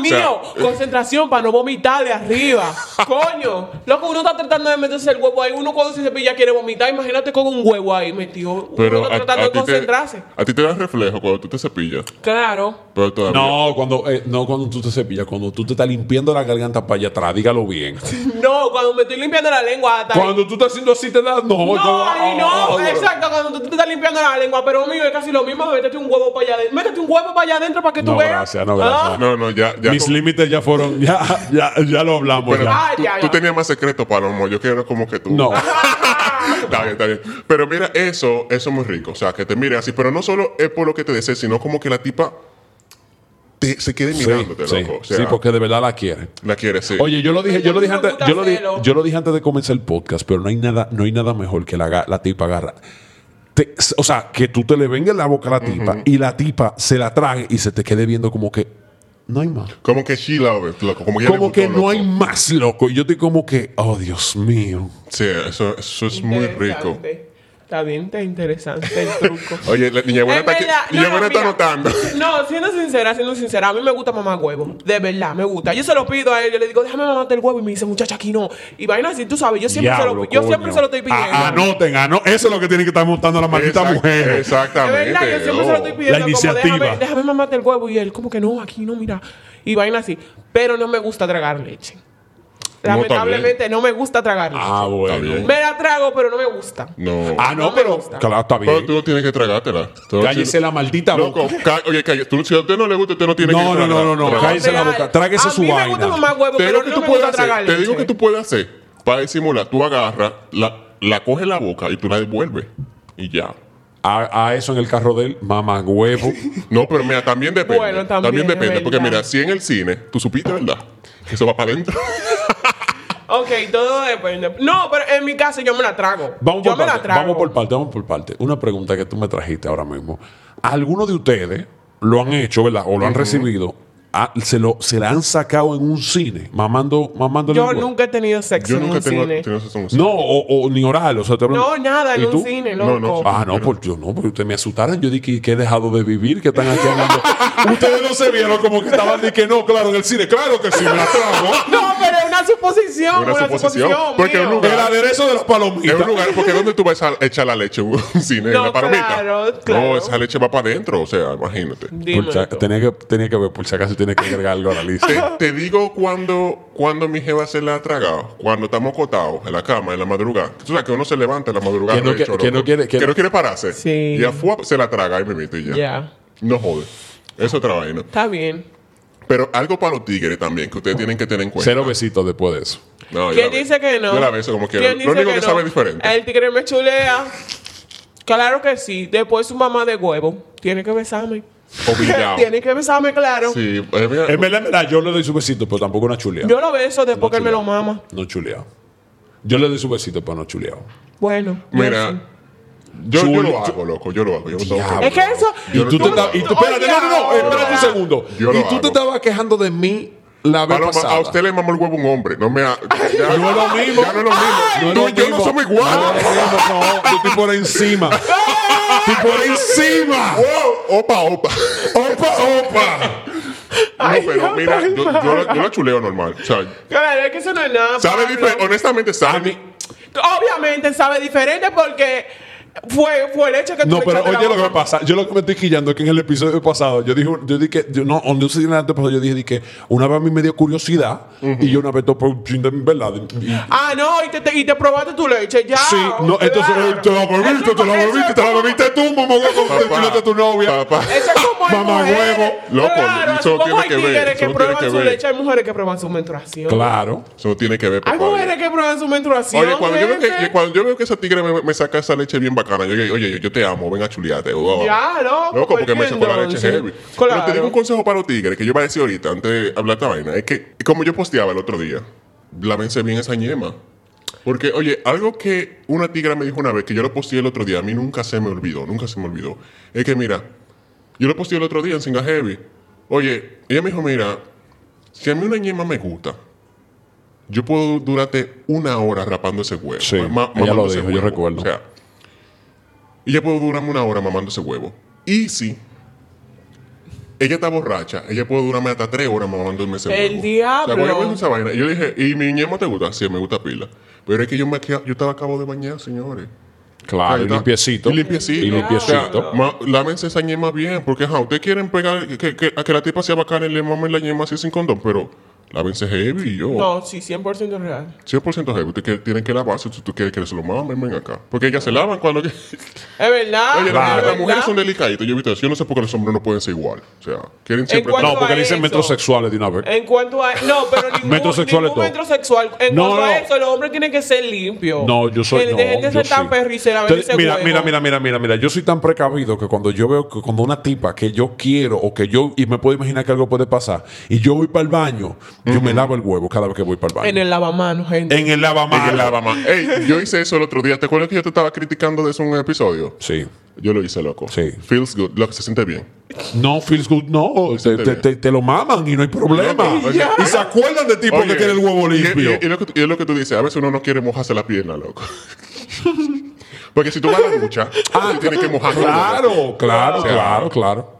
A: <laughs> o sea, eh.
B: mío. concentración para no vomitar
A: <laughs>
B: de arriba. Coño. Loco, uno está tratando de meterse el huevo ahí. Uno cuando se cepilla quiere vomitar. Imagínate con un huevo ahí metido.
A: pero
B: uno
A: a,
B: está tratando
A: a
B: de
A: ti te,
B: concentrarse.
A: a ti te da reflejo cuando tú te cepillas.
B: Claro.
A: Pero todavía.
C: No, cuando eh, no cuando tú te cepillas, cuando tú te estás limpiando la garganta para allá atrás, dígalo bien.
B: No, cuando me estoy limpiando la lengua hasta ahí.
C: Cuando tú estás haciendo así te das no,
B: No, ahí no,
C: ah,
B: exacto, cuando tú te estás limpiando la lengua, pero mío, es casi lo mismo, métete un huevo para allá adentro, métete un huevo para allá adentro para que tú
C: No,
B: veas.
C: gracias, no, gracias.
B: Ah,
A: No, no, ya. ya
C: Mis
A: con-
C: límites ya fueron, ya, ya, ya lo hablamos.
A: pero
C: ya.
B: Ah,
A: tú,
B: ya,
A: tú
B: ya.
A: tenías más secreto, Palomo. Yo quiero como que tú.
C: No.
A: Está bien, está bien. Pero mira, eso, eso es muy rico. O sea, que te miren así. Pero no solo es por lo que te desees, sino como que la tipa te- se quede
C: Sí,
A: mirándote,
C: sí,
A: loco. O sea,
C: sí, porque de verdad la quiere.
A: la quiere, sí.
C: Oye, yo lo dije, yo lo dije
B: Me
C: antes,
B: gusta
C: yo lo dije,
B: hacerlo.
C: yo lo dije antes de comenzar el podcast, pero no hay nada, no hay nada mejor que la, ga- la tipa agarra. te- o sea, que tú te le venga en la boca a la tipa y la tipa se la trague y se te quede viendo como que no hay más.
A: Como que she love it, loco. Como, que, ya le
C: Como que
A: gustó,
C: no hay
A: loco.
C: más, loco. Y yo estoy como que, oh Dios mío.
A: Sí, eso, eso es muy rico.
B: interesante. Está bien, está interesante el
A: <laughs>
B: truco.
A: Oye, la niña buena
B: Es
A: está, aquí-
B: verdad,
A: niña buena está
B: mira.
A: anotando. <laughs>
B: No, siendo sincera, siendo sincera, a mí me gusta mamar huevo. De verdad, me gusta. Yo se lo pido a él, yo le digo, déjame mamarte el huevo. Y me dice, muchacha, aquí no. Y vaina así, tú sabes, yo siempre, se, lo,
C: Diablo,
B: yo siempre
C: coño.
B: se lo
A: Ah,
B: estoy pidiendo.
C: A- anoten, ano- eso es lo que tiene que estar montando la maldita
A: Exact-
C: mujer.
B: De
A: Exactamente.
B: verdad, yo siempre se lo estoy
A: oh.
B: pidiendo.
C: La
B: Como,
C: iniciativa.
B: déjame, déjame mamarte el huevo. Y él, como que no, aquí no, mira. Y vaina así. Pero no me gusta tragar leche.
A: No, está
B: Lamentablemente, no me gusta tragar leche.
C: Ah,
A: Está
C: bueno.
A: bien.
B: Me la trago, pero no me gusta.
A: No.
C: Ah, no,
B: No me
C: pero.
B: gusta.
C: Claro, está
A: Pero
C: bien.
A: tú no tienes que tragártela. Tú no
C: Cállese
A: tienes-
C: la maldita
A: Loco,
C: boca.
A: ca- oye, cállese. Tú, si a usted no le gusta, usted no tiene
C: No,
A: que
C: no,
A: tragar.
C: no, no, no,
A: Tragar.
C: cállese la
B: Real.
C: boca, tráguese
B: a
C: su
B: mí
C: vaina.
B: Me gusta mamar huevo,
A: Te digo
B: pero
A: que
B: no
A: tú
B: me
A: puedes
B: gusta
A: hacer.
B: tragar
A: Te digo
B: leche.
A: que tú puedes hacer. Para disimular, tú agarras, la, la coges en la boca y tú la devuelves. Y ya.
C: A, a eso en el carro de él, mamá huevo.
A: No, pero mira, también depende.
B: Bueno, también,
A: también, depende.
B: es
A: Porque
B: verdad.
A: mira, si en el cine, tú supiste, ¿verdad? Que eso va para
B: <laughs>
A: adentro.
B: Ok, todo depende. No, pero en mi caso yo me la trago.
C: Vamos
B: yo
C: por,
B: me la
C: parte,
B: trago.
C: vamos por parte, vamos por parte. Una pregunta que tú me trajiste ahora mismo. ¿Alguno de ustedes lo han hecho, verdad? O lo han recibido. Ah, se, lo, se la han sacado en un cine, mamando, mamando
B: Yo nunca he tenido sexo
A: Yo
B: en
A: nunca
B: un
A: tengo.
B: cine.
A: tengo sexo en un cine.
C: No, o, o ni oral, o sea, te hablo-
B: No, nada,
C: ¿Y
B: en un
C: tú?
B: cine,
A: No,
B: loco.
A: no.
C: Ah, no, porque yo no, porque ustedes me asustaron. Yo dije que, que he dejado de vivir, que están aquí
B: <laughs>
C: hablando. ustedes no se vieron como que estaban de que no, claro, en el cine, claro que sí, me la
B: <laughs>
C: trago.
B: No, pero es una suposición.
A: Una
B: Una,
A: suposición,
B: suposición.
A: porque
B: mío.
A: un lugar-
C: El aderezo de las
A: Es
C: palomitas.
A: un lugar, porque ¿dónde tú vas a echar la leche? <laughs> ¿Un cine?
B: No,
A: ¿En la palomita?
B: claro, claro.
A: No, esa leche va para adentro, o sea, imagínate.
B: Dime
C: Por si-
B: esto.
C: tenía, que, tenía que ver, por si acaso tiene que agregar algo a la
B: <laughs>
C: lista.
A: Te, te digo cuando, cuando mi jeva se la ha tragado, cuando estamos cotados en la cama, en la madrugada. Tú sabes que uno se levanta en la madrugada.
C: Que no
A: recho,
C: que- que
A: loco.
C: no quiere- que
A: que
C: no-
A: no quiere pararse.
B: Sí.
A: Y afuera se la traga y me meto y ya.
B: Ya.
A: No jode. Eso es otra vaina.
B: Está bien.
A: Pero algo para los tigres también, que ustedes tienen que tener en cuenta.
C: Cero besitos después de eso.
A: No, yo
B: ¿Quién
A: la be-
B: dice que no?
A: Yo la beso como quiera. Lo
B: ¿Quién dice
A: único que,
B: no?
A: sabe es diferente.
B: El tigre me chulea. Claro que sí. Después su mamá de huevo. Tiene que besarme.
A: Obligado.
B: <laughs> Tiene que besarme, claro.
A: Sí, eh, mira,
C: En verdad, en verdad, yo le doy su besito, pero tampoco una chuleada.
B: Yo lo beso después que él me lo
C: chuleado.
B: mama.
C: No chuleado. Yo le doy su besito, pero no chuleado.
B: Bueno. yo sí.
A: mira. Yo, yo
C: Chul-
A: lo hago, loco. Yo lo hago. Yo me tomo-
C: Diablo.
B: Es que eso.
C: Y
A: Yo no-
C: tú te
A: yo no-
C: estabas. y tú- Espérate,
B: Oye,
C: no, no, no, espérate
B: ahora.
C: un segundo.
A: Yo lo
C: Y tú
A: hago.
C: te estabas quejando de mí la vez
A: Paloma,
C: pasada.
A: a usted le mamó el huevo un hombre. No me
C: <laughs>
A: ha. Ya
C: No es lo mismo.
A: Ya no es lo mismo.
C: No es
A: Tú
C: lo
A: y yo no
C: mismo.
A: somos
C: No,
A: iguales.
C: no, no, no, yo estoy por encima. estoy por encima.
A: Wow, Opa, opa. Opa, opa. No, pero mira, yo, yo, la- yo la chuleo normal. O sea,
B: Claro, es que eso no es nada.
A: sabe
B: Pablo.
A: diferente. Honestamente, sabe.
B: Obviamente sabe diferente porque fue, fue el hecho que tú
C: No,
B: le
C: pero
B: echaste
C: oye
B: la
C: lo que me
B: boca.
C: pasa. Yo lo que me estoy quillando es que en el episodio pasado yo dije, yo dije que, yo, no, donde usted tiene pasado, yo dije, di que una vez a mí me dio curiosidad y yo una vez topé un chin de verdad. Y- y-
B: Ah, no, y te, te- y te probaste tu leche, ya.
C: sí, no, entonces
B: claro.
C: eh, te la bebiste,
B: Eso-
C: te la
B: eso
C: bebiste,
B: es
C: te la
B: como-
C: bebiste tú, mamá, con
A: Papá,
C: el de tu novia. Ah,
A: Papá.
B: Eso es como hay
C: Mamá
B: mujeres.
C: huevo.
A: Loco,
B: claro,
A: eso
B: así
A: no
B: como
A: tiene
B: hay
A: que ver,
B: tigres
A: eso
B: que
A: no tiene
B: prueban
A: que
B: su
A: ver.
B: leche, hay mujeres que prueban su menstruación.
C: Claro.
A: Eso no tiene que ver,
B: Hay
A: papá.
B: mujeres que prueban su menstruación.
A: Oye, cuando yo, veo que,
B: gente.
A: cuando yo veo que esa tigre me, me saca esa leche bien bacana, yo, yo- oye, yo, yo te amo, ven a chulearte. wow.
B: Ya, loco,
A: Loco, porque me
B: ¿por qué
A: sacó la leche
B: entonces?
A: heavy.
B: Claro.
A: Pero te digo un consejo para los tigres que yo iba a decir ahorita, antes de hablar esta vaina. Es que, como yo posteaba el otro día, lávense bien esa ñema. Porque, oye, algo que una tigra me dijo una vez, que yo lo posteé el otro día, a mí nunca se me olvidó, nunca se me olvidó. Es que, mira, yo lo posteé el otro día en Singa Heavy. Oye, ella me dijo, mira, si a mí una ñema me gusta, yo puedo durarte una hora rapando ese huevo.
C: Sí,
A: ma-
C: ella
A: mamando
C: lo
A: ese
C: dijo, yo
A: huevo.
C: recuerdo.
A: O sea, y ya puedo durarme una hora mamando ese huevo. Y si ella está borracha, ella puede durarme hasta tres horas mamándome ese huevo.
B: El diablo.
A: O sea, cuando yo me hice esa vaina, yo le dije, ¿y mi ñema te gusta? Sí, me gusta pila. Pero es que yo, me, queda- yo estaba acabo de bañar, señores.
C: Claro,
A: Ahí
C: Ah, y
A: está.
C: limpiecito.
A: Y limpiecito.
C: Y limpiecito.
A: O sea, ma- lávense esa ñema bien, porque ajá, ustedes quieren pegar que, que- a que la tipa sea bacana y le mamen la ñema así sin condón, pero lávense heavy y yo.
B: No, sí, 100% real.
A: 100% heavy. Ustedes que- tienen que lavarse si tú quieres que se lo mamen, ven acá. Porque ellas se lavan cuando... <laughs> Oye,
B: Es verdad.
A: las-
B: es
A: las,
B: Ah, verdad.
A: mujeres son delicaditas. Yo he visto eso. Yo no sé por qué los hombres no pueden ser igual. O sea, quieren siempre...
B: cuanto
C: No, porque
B: a
C: le dicen
B: eso. Eh,
C: metrosexuales de una vez.
B: En cuanto a. No,
C: <laughs>
B: pero ningún,
C: Metrosexual es
B: ningún
C: todo.
B: metrosexual. En
C: No,
B: cuanto a
C: no.
B: eso, los hombres tienen que ser limpios.
C: No, yo soy.
B: Que
C: no,
B: Dejen de
C: yo
B: ser tan
C: sí.
B: perricera, ver
C: Entonces,
B: ese
C: mira,
B: huevo.
C: mira, mira, mira, mira, mira. Yo soy tan precavido que cuando yo veo que cuando una tipa que yo quiero o que yo y me puedo imaginar que algo puede pasar y yo voy para el baño, yo me lavo el huevo cada vez que voy para el baño.
B: En el lavamanos, gente.
C: En el lavamanos.
A: En el lavamanos. Ey, yo hice eso el otro día. ¿Te acuerdas que yo te estaba criticando de eso en un episodio?
C: Sí.
A: Yo lo hice, loco.
C: Sí.
A: Feels good. Lo que se siente bien.
C: No, feels good, no. Te, te- te- te lo maman y no hay problema.
A: Loco, oye.
C: Y se acuerdan de ti porque
A: Oye,
C: tiene el huevo
A: y-
C: limpio.
A: Y, y lo que, tú- y es lo que tú dices. A veces uno no quiere mojarse la pierna, loco. <laughs> Porque si tú vas a la ducha, tú tienes que mojar.
C: Ah, Claro, claro, claro, claro.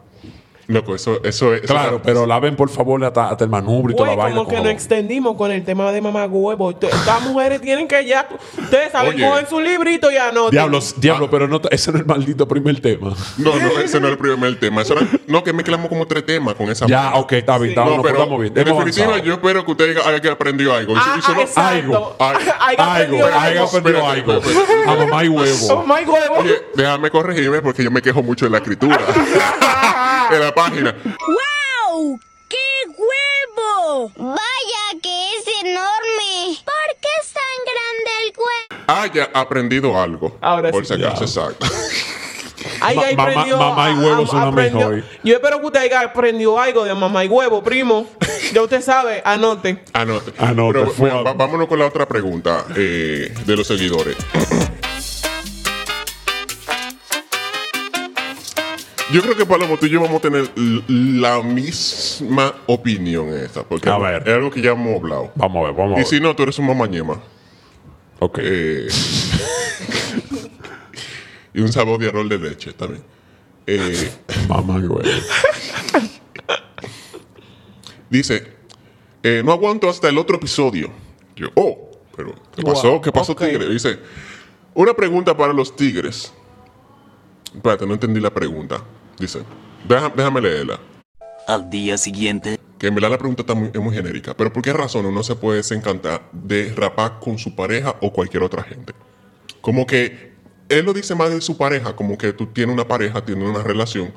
A: Loco, eso, eso es. eso
C: Claro,
A: es-
C: pero laven por favor hasta, hasta el manubrio y toda
B: Güey,
C: la vaina.
B: como
C: con
B: que nos
C: jabón.
B: extendimos con el tema de mamá huevo. Estas mujeres tienen que ya. Ustedes saben,
A: Oye.
B: cogen su librito y anoten.
A: Ah.
C: Diablos, diablo, pero no, ese no es el maldito primer tema.
A: No, no, ese no era el primer tema. Eso era- no, que mezclamos como tres temas con esa.
C: Ya, ok, está bien, está
A: No,
C: bien, nos
A: pero
C: portamos bien.
A: en
C: Hemos
A: definitiva,
C: avanzado.
A: yo espero que usted diga "Ay, que aprendió algo. Y si-
B: Ah,
A: y si
B: ah,
A: no-
B: exacto. <laughs>
A: Algo.
B: Ay,
C: Algo,
B: aprendió
C: algo
B: algo.
C: aprendió
A: Espérate,
C: algo.
A: espérate.
C: A mamá y
B: Oh
A: <laughs>
C: huevo.
B: my huevo.
A: Oye, déjame corregirme porque yo me quejo mucho de la
C: <laughs>
A: escritura. en la página.
F: ¡Wow! ¡Qué huevo! Vaya que es enorme. ¿Por qué es tan grande el huevo?
A: Haya aprendido algo.
B: Ahora
A: por
B: sí.
A: si acaso, exacto.
B: Ay,
C: Ma-
B: ahí
C: mamá-
B: aprendió,
C: mamá y
B: a-
C: huevo
B: a-
C: son la
B: aprendió.
C: mejor.
B: Yo espero que usted haya aprendido algo de mamá y huevo,
C: <laughs>
B: primo. Ya usted sabe, anote.
A: Anote.
C: Anote,
A: Ah, Pero,
C: Ah, fue
A: bueno,
C: a-
A: va- vámonos con la otra pregunta eh, de los seguidores. Yo creo que Palomo, tú y yo vamos a tener l- la misma opinión en esta. Porque
C: A ver.
A: es algo que ya hemos hablado.
C: Vamos a ver, vamos a
A: Y
C: ver.
A: si no, tú eres un mamañema.
C: Ok.
A: Eh, <laughs> y un sabor de arroz de leche también. Eh,
C: Mamá y huevo.
A: dice, eh, no aguanto hasta el otro episodio. Yo, oh, pero ¿qué
B: Wow,
A: pasó? ¿Qué pasó,
B: ok.
A: tigre? Dice, una pregunta para los tigres. Espérate, no entendí la pregunta. Dice, deja- déjame leerla.
D: Al día siguiente,
A: Que en verdad la pregunta está muy, es muy genérica. Pero ¿por qué razón uno se puede desencantar de rapar con su pareja o cualquier otra gente? Como que él lo dice más de su pareja, como que tú tienes una pareja, tienes una relación.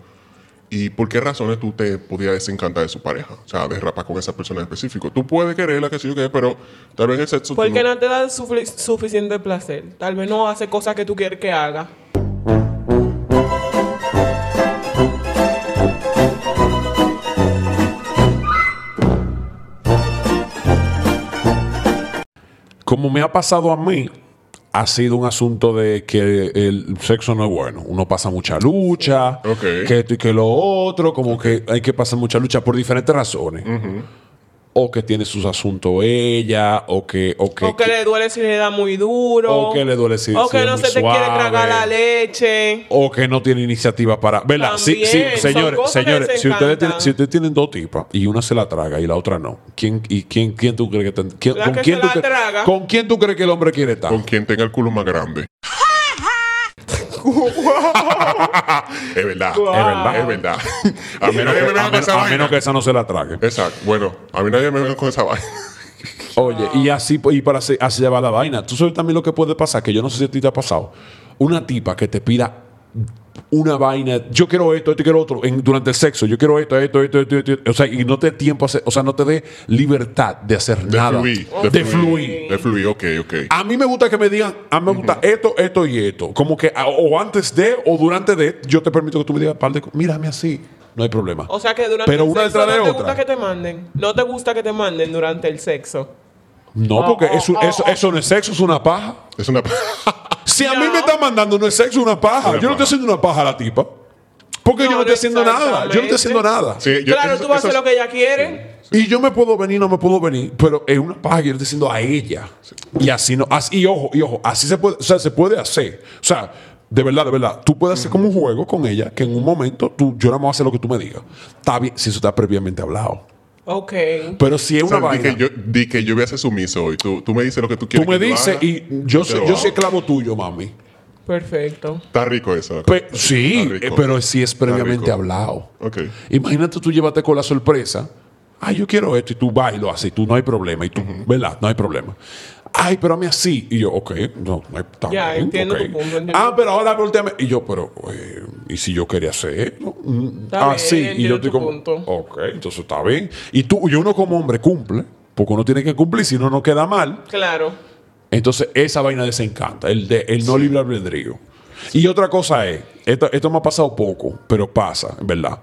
A: ¿Y por qué razones tú te podías desencantar de su pareja? O sea, de rapar con esa persona en específico. Tú puedes quererla, que sí, que pero tal vez el sexo... tú
B: Porque
A: no-
B: no te da sufli- suficiente placer. Tal vez no hace cosas que tú quieres que haga.
C: Como me ha pasado a mí, ha sido un asunto de que el sexo no es bueno. Uno pasa mucha lucha,
A: Ok.
C: que esto y que lo otro, como que hay que pasar mucha lucha por diferentes razones. O que tiene sus asuntos ella, o que... O que,
B: o que, le duele si le da muy duro.
C: O que le duele si-
B: O
C: si
B: que
C: es
B: no
C: muy
B: se te quiere
C: suave.
B: tragar la leche.
C: o que no tiene iniciativa para. ¿Verdad? Sí, sí,
B: También, son
C: señores,
B: cosas que
C: señores. Si ustedes,
B: desencantan.
C: tienen, si ustedes tienen dos tipas y una se la traga y la otra no, ¿quién, y quién, quién tú crees que ten- quién-
B: La
C: con,
B: que
C: quién
B: se
C: tú
B: la
C: cre-
B: traga.
C: con quién tú crees que el hombre quiere estar?
A: Con quien tenga el culo más grande. <laughs> es verdad.
C: Es verdad.
A: Es verdad.
C: A menos, que, a menos- a menos que esa no se la trague.
A: Exacto. Bueno, a mí nadie me venga con esa vaina.
C: Oye, y así y para así, así ya va la vaina. Tú sabes también lo que puede pasar, que yo no sé si a ti te ha pasado. Una tipa que te pida una vaina, yo quiero esto, esto y quiero otro, en- durante el sexo, yo quiero esto, esto, esto, esto, esto, o sea, y no te dé tiempo a hacer, o sea, no te dé libertad de hacer
A: De
C: nada.
A: fluir.
C: De Ah, fluir.
A: De fluir, ok, ok.
C: A mí me gusta que me digan, a mí me gusta esto, esto y esto. Como que a- o antes de o durante de, yo te permito que tú me digas, par de co- mírame así, no hay problema.
B: O sea que durante
C: Pero
B: el
C: una
B: sexo
C: detrás de
B: no te
C: otra.
B: gusta que te manden. No te gusta que te manden durante el sexo.
C: no, porque
B: oh,
C: eso,
B: oh,
C: eso,
B: oh.
C: eso no es sexo, es una paja.
A: Es una.
C: Si a
B: No.
C: mí me está mandando no es sexo, una paja.
A: Una
C: yo no
A: paja.
C: estoy haciendo una paja a la tipa. Porque yo
B: No,
C: no estoy haciendo nada. Yo no
B: exactamente.
C: estoy haciendo nada.
A: Sí, yo-
B: claro,
A: eso-
B: tú vas
A: eso-
B: a hacer lo que ella quiere.
C: Y yo me puedo venir, no me puedo venir, pero es una paja que yo le estoy diciendo a ella. Y así no, así, y ojo, y ojo, así se puede, o sea, se puede hacer. O sea, de verdad, de verdad, tú puedes hacer como un juego con ella que en un momento tú, yo nada más voy a hacer lo que tú me digas. Está bien, si eso está previamente hablado.
B: Ok.
C: Pero si
A: <laughs>
C: es una
A: Di
C: vaina,
A: que, yo, di que yo voy a ser sumiso hoy. Tú, tú me dices lo que tú
C: tú
A: quieres.
C: me
A: que yo
C: dices
A: haga.
C: y yo soy,
A: lo
C: yo
A: hago.
C: soy esclavo tuyo, mami.
B: Perfecto.
A: Está rico eso.
C: Pe- sí,
A: Está rico.
C: eh, pero si es
A: Está
C: previamente
A: rico.
C: hablado.
A: Ok.
C: Imagínate tú llévate con la sorpresa. Ay, yo quiero esto y tú bailo así, tú no hay problema. Y tú, ¿verdad? No hay problema. Ay, pero a mí así. Y yo, ok, no, no hay está
B: Ya,
C: bien,
B: entiendo
C: ok.
B: tu punto, entiendo
C: Ah,
B: tu
C: pero ahora volteame. Y yo, pero, eh, ¿y si yo quería hacer esto? Mm,
B: Está
C: así.
B: bien,
C: y yo
B: entiendo
C: estoy
B: tu
C: como,
B: punto.
C: ok, entonces está bien. Y tú, y uno como hombre cumple, porque uno tiene que cumplir, si no, no queda mal.
B: Claro.
C: Entonces, esa vaina desencanta, el, de, el no libre albedrío. Y otra cosa es, esto, esto me ha pasado poco, pero pasa, en verdad,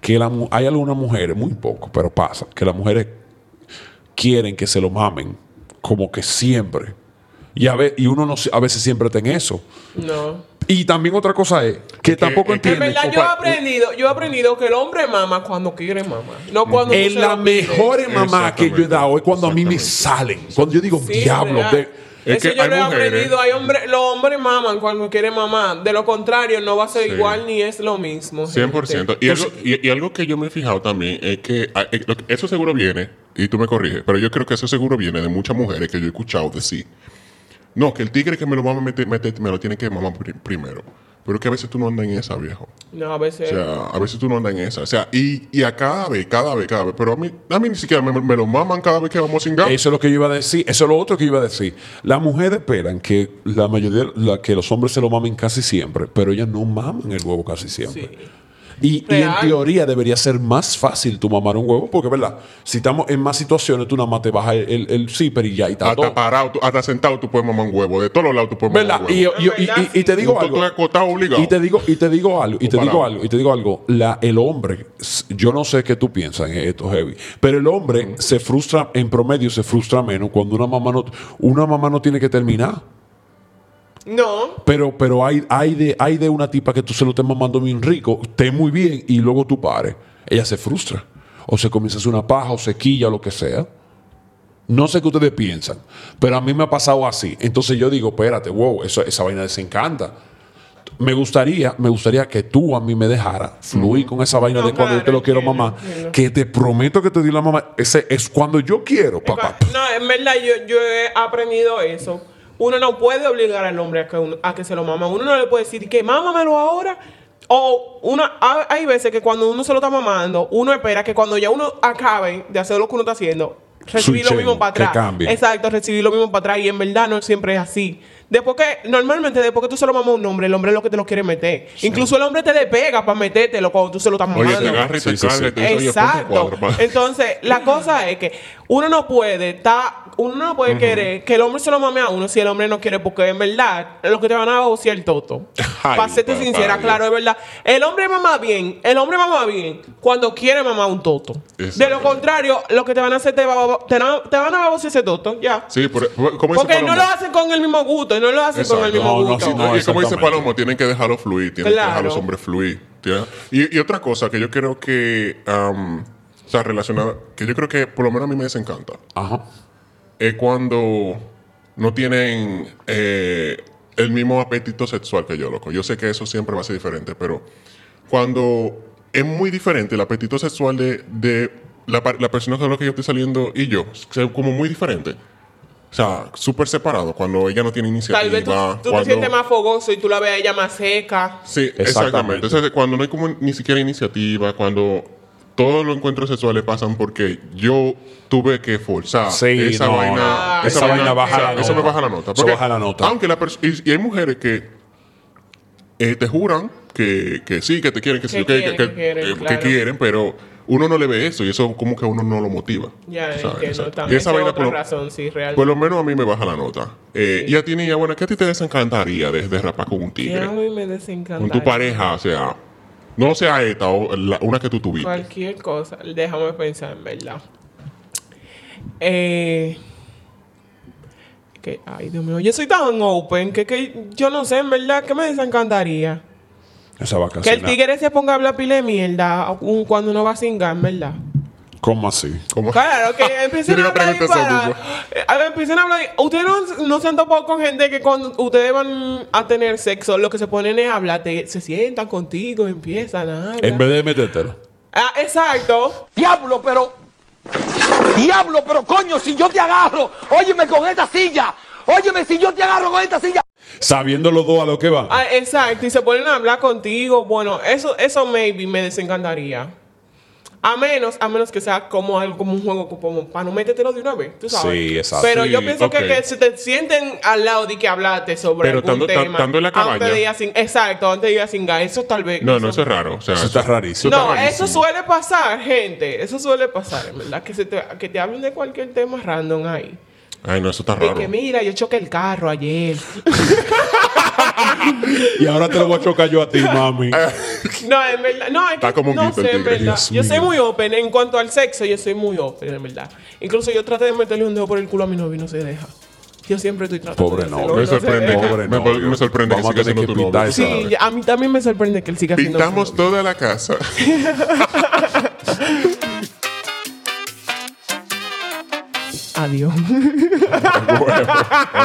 C: que la mu- hay algunas mujeres, muy poco, pero pasa, que las mujeres quieren que se lo mamen, como que siempre. Y, a ve- y uno no, se- a veces siempre está en eso.
B: No.
C: Y también otra cosa es que tampoco
A: es que-
B: En
C: entienden.
B: verdad, yo he aprendido, yo he aprendido que el hombre mama cuando quiere mama. No cuando tú
C: Es
B: se
C: la
B: lo pides.
C: mejor mamá que yo he dado es cuando a mí me
A: Exactamente.
C: salen. Cuando yo digo,
B: Sí,
C: diablo,
B: ¿verdad?
C: de-
A: Es
B: Eso
A: que
B: yo
A: hay
B: lo he
A: mujeres-
B: aprendido. Hay hombres, los hombres maman cuando quieren mamar. De lo contrario, no va a ser
A: Sí.
B: igual ni es lo mismo. gente.
A: 100%. Y algo, y- y algo que yo me he fijado también es que ah, eh, lo que- eso seguro viene, y tú me corriges, pero yo creo que eso seguro viene de muchas mujeres que yo he escuchado decir. No, que el tigre que me lo mama, me, te- me te- me lo tiene que mamar pri- primero. Pero que a veces tú no andas en esa, viejo.
B: No, a veces.
A: O sea, a veces tú no andas en esa. O sea, y, y a cada vez, cada vez, cada vez. Pero a mí, a mí ni siquiera me, me lo maman cada vez que vamos sin gas.
C: Eso es lo que yo iba a decir. Eso es lo otro que iba a decir. Las mujeres esperan que la mayoría, la- que los hombres se lo mamen casi siempre, pero ellas no maman el huevo casi siempre.
B: Sí.
C: Y, y en
B: Real.
C: teoría debería ser más fácil tu mamar un huevo, porque, ¿verdad? Si estamos en más situaciones, tú nada más te bajas el, el, el zipper y ya, y está todo.
A: Hasta parado, tú- hasta sentado tú puedes mamar un huevo. De todos los lados tú puedes mamar
C: ¿Verdad?
A: un
C: Y,
A: huevo.
C: y- y- y- y te digo
A: Tú- tú
C: algo.
A: estás acotado obligado.
C: Y te digo, y te digo algo, y te digo
A: parado.
C: algo, y te digo algo. La, el hombre, s- yo no sé qué tú piensas en esto, Heavy, pero el hombre se frustra, en promedio se frustra menos cuando una mamá no, una mamá no tiene que terminar.
B: No.
C: Pero, pero hay, hay, de, hay de una tipa que tú se lo estés mamando bien rico, esté muy bien, y luego tú pares. Ella se frustra. O se comienza a hacer una paja, o se quilla, o lo que sea. No sé qué ustedes piensan, pero a mí me ha pasado así. Entonces yo digo, espérate, wow, eso- esa vaina desencanta. Me gustaría, me gustaría que tú a mí me dejara fluir con esa vaina
B: No,
C: de cuando yo te
B: claro,
C: lo quiero,
B: entiendo,
C: mamá. Que te prometo que te di la mamá. Ese es cuando yo quiero, papá.
B: No, en verdad yo, yo he aprendido eso. Uno no puede obligar al hombre a que, uno- a que se lo mama. Uno no le puede decir que mámamelo ahora. O una, ha- hay veces que cuando uno se lo está mamando, uno espera que cuando ya uno acabe de hacer lo que uno está haciendo, recibir lo
C: Switchen,
B: mismo para
C: que
B: atrás.
C: cambie.
B: Exacto, recibir lo mismo para atrás. Y en verdad no siempre es así. Después que, normalmente, después que tú se lo mamas a un hombre, el hombre es lo que te lo quiere meter. Incluso el hombre te le pega para metértelo cuando tú se lo estás mamando.
A: Oye, te agarra y te
C: Sí, sí,
A: carga y
C: sí.
A: te dice, oye, ponte
B: Exacto.
A: cuadro, pa.
B: Entonces, la cosa es que uno no puede estar, uno no puede querer que el hombre se lo mame a uno si el hombre no quiere, porque en verdad, lo que te van a babosear el toto.
A: Ay,
B: Para serte
A: papá,
B: sincera,
A: Dios.
B: claro, es verdad. El hombre mama bien, el hombre mama bien cuando quiere mamar un toto.
A: Exacto.
B: De lo contrario, lo que te van a hacer te, va- te, na- te van a babosear ese toto, ya.
A: Sí, pero, eh, ¿cómo dice
B: Porque no
A: Palomo?
B: lo hacen con el mismo gusto, no lo hacen con el
A: Exacto.
C: No,
B: mismo
C: no,
B: gusto.
C: sí,
A: No, y como dice
C: exactamente.
A: Palomo, tienen que dejarlo fluir, tienen
B: Claro.
A: que dejar a los hombres fluir. ¿ya? Y, y otra cosa que yo creo que, am, o sea, relacionada, que yo creo que por lo menos a mí me desencanta,
C: Ajá.
A: es cuando no tienen eh, el mismo apetito sexual que yo, loco. Yo sé que eso siempre va a ser diferente, pero cuando es muy diferente el apetito sexual de, de la, par- la persona con la que yo estoy saliendo y yo, o sea, como muy diferente. O sea, súper separado, cuando ella no tiene iniciativa.
B: Tal vez tú, tú
A: cuando-
B: te sientes más fogoso y tú la ves a ella más seca.
A: Sí, exactamente.
C: Exactamente.
A: Entonces, cuando no hay como ni siquiera iniciativa, cuando todos los encuentros sexuales pasan porque yo tuve que forzar
C: Sí,
A: esa
C: no,
A: vaina.
C: no. Esa vaina baja
A: o sea,
C: la
A: Eso me
C: nota.
A: baja la nota.
C: Eso baja la nota.
A: Aunque la pers- y, y hay mujeres que eh, te juran que, que sí, que te quieren, que, sí,
B: Que
A: que, eh,
B: quieren, que quieren,
A: que- que
B: claro.
A: quieren, pero uno no le ve eso y eso como que a uno no lo motiva.
B: Ya,
A: ¿sabes?
B: entiendo.
A: Exacto.
B: También esa
A: vaina
B: otra
A: por lo-
B: razón, sí, realmente.
A: por lo menos a mí me baja la nota. Eh, Y a ti, niña, bueno, ¿qué a ti te desencantaría de, de rapar con un
B: Que
A: tigre?
B: a mí me desencanta.
A: Con tu pareja, o sea, no sea esta o la- una que tú tuviste.
B: Cualquier cosa. Déjame pensar, en verdad. Eh, que, ay, Dios mío. Yo soy tan open que, que yo no sé, en verdad, que me desencantaría.
C: Esa vacación.
B: Que el tigre se ponga a hablar pila de mierda un- cuando uno va a cingar, en verdad.
C: ¿Cómo así?
A: Como-
B: Claro,
A: <laughs>
B: que empiecen
A: Tiene
B: a
A: una
B: hablar
A: pregunta
B: disparate. Eh, a ver, Empiecen a hablar. Ustedes no, no se han topado con gente que cuando ustedes van a tener sexo, lo que se ponen es a hablar. te- se sientan contigo, empiezan a hablar.
C: En vez de metértelo.
B: Ah, exacto.
G: Diablo, pero. Diablo, pero coño, si yo te agarro, óyeme con esta silla. Óyeme, si yo te agarro con esta silla.
C: Sabiendo los dos a lo que va.
B: Ah, exacto, y se ponen a hablar contigo. Bueno, eso, eso maybe me desencantaría. A menos, a menos que sea como algo, como un juego, como para no metértelo de una vez, tú sabes.
C: Sí, exacto.
B: Pero yo
A: Sí,
B: pienso
A: ok.
B: que, que se te sienten al lado de que hablaste sobre
A: Pero
B: algún
A: tanto- tan-
B: tema.
A: tanto en la
B: Antes
A: cabaña.
B: de ir a sin- exacto, antes de ir a singar. Eso tal vez.
A: No, no, eso es raro. O sea,
C: Eso está rarísimo.
A: está
B: No, eso
A: rarísimo.
B: suele pasar, gente. Eso suele pasar, en verdad. Que, se te, que te hablen de cualquier tema random ahí.
A: Ay, no, eso está
B: Y
A: raro.
B: que mira, yo choqué el carro ayer.
C: Y ahora te lo voy a chocar yo a ti, mami.
B: No, en verdad. No, es
A: Está
B: que
A: como un
B: no
A: grito el
B: sé, en
A: tigre.
B: verdad.
C: Dios
B: Yo soy
C: mío.
B: muy open. En cuanto al sexo, yo soy muy open, en verdad. Incluso yo traté de meterle un dedo por el culo a mi novio y no se deja. Yo siempre estoy tratando
C: Pobre
B: de
C: novio.
B: hacerlo,
A: Me
B: no se
A: sorprende,
B: deja.
A: pobre. Me- me sorprende que
C: Vamos
A: siga
C: a tener
A: siendo
C: que
A: tu
C: pintar
A: novio,
C: esa-
B: Sí, a mí también me sorprende que él siga haciendo
A: Pintamos
B: eso.
A: toda la
B: <laughs>
A: casa.
C: <laughs>
B: Adiós. adiós.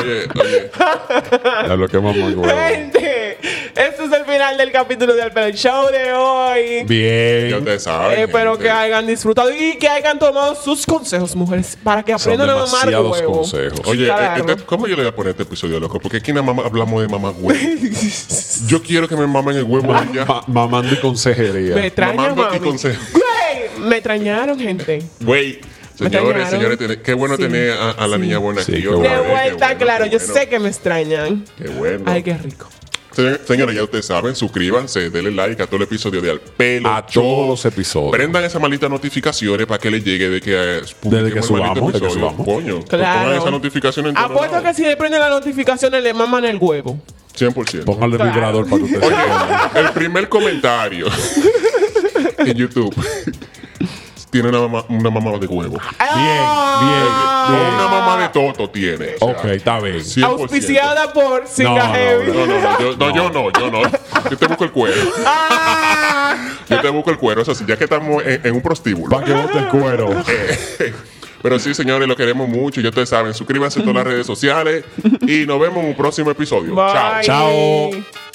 A: Oye, oye.
C: Ya lo quemamos el huevo.
B: <laughs> Gente, este es el final del capítulo de Alper Show de hoy.
A: Ya
C: Bien.
A: ustedes saben. gente.
B: Espero Eh, que hayan disfrutado y que hayan tomado sus consejos, mujeres, para que
C: Son
B: aprendan a mamar
C: demasiados
B: huevo.
C: consejos.
A: Oye,
B: Cada
A: eh,
B: uno.
A: este- ¿cómo yo le voy a poner este episodio, loco? Porque aquí nada más hablamos de mamá huevo. Yo quiero que me mamen el huevo de ella.
C: Ma- mamando y consejería.
B: Me extraña,
A: Mamando y
B: mami.
A: consejo.
B: <laughs> Güey, me extrañaron, gente.
A: Güey. Señores,
B: extrañaron?
A: señores, ten- qué bueno
B: Sí.
A: tener a, a la niña buena
C: Sí,
A: aquí.
C: qué
A: otra
B: De
C: bueno.
A: vez, qué
B: vuelta,
A: bueno,
B: claro.
A: qué
B: Yo
A: bueno.
B: sé que me extrañan.
A: Qué bueno.
B: Ay, qué rico.
A: Señor- Señores, ya ustedes saben, suscríbanse, denle like a todo el episodio de Al Pelo.
C: A todos los episodios.
A: Prendan esas malditas notificaciones para que les llegue de que eh, publiquemos
C: que
A: el maldito
C: subamos, de que
A: episodio.
C: subamos.
A: Coño, pues pongan
B: Claro.
A: esas notificaciones en todos
B: Apuesto que
A: lados.
B: si le prenden las notificaciones le maman el huevo.
A: 100%.
C: Póngale el
B: Claro.
C: vibrador para que ustedes
A: Oye, el primer
B: <laughs>
A: comentario en YouTube tiene una mamá, una mamá de huevo.
B: Ah,
A: O una mamá de toto tiene. o sea,
C: Ok, está bien.
A: 100%.
B: Auspiciada por Zika
C: No, no,
B: Heavy.
A: No, no, no, yo no, yo no, yo no. Yo te busco el cuero. Yo te busco el cuero, eso sí, ya que estamos en, en un prostíbulo.
C: Para que bote el cuero.
A: <laughs> Pero sí, señores, lo queremos mucho. Ya ustedes saben, suscríbanse a todas las redes sociales y nos vemos en un próximo episodio. Chao.
B: Bye.
C: Chao.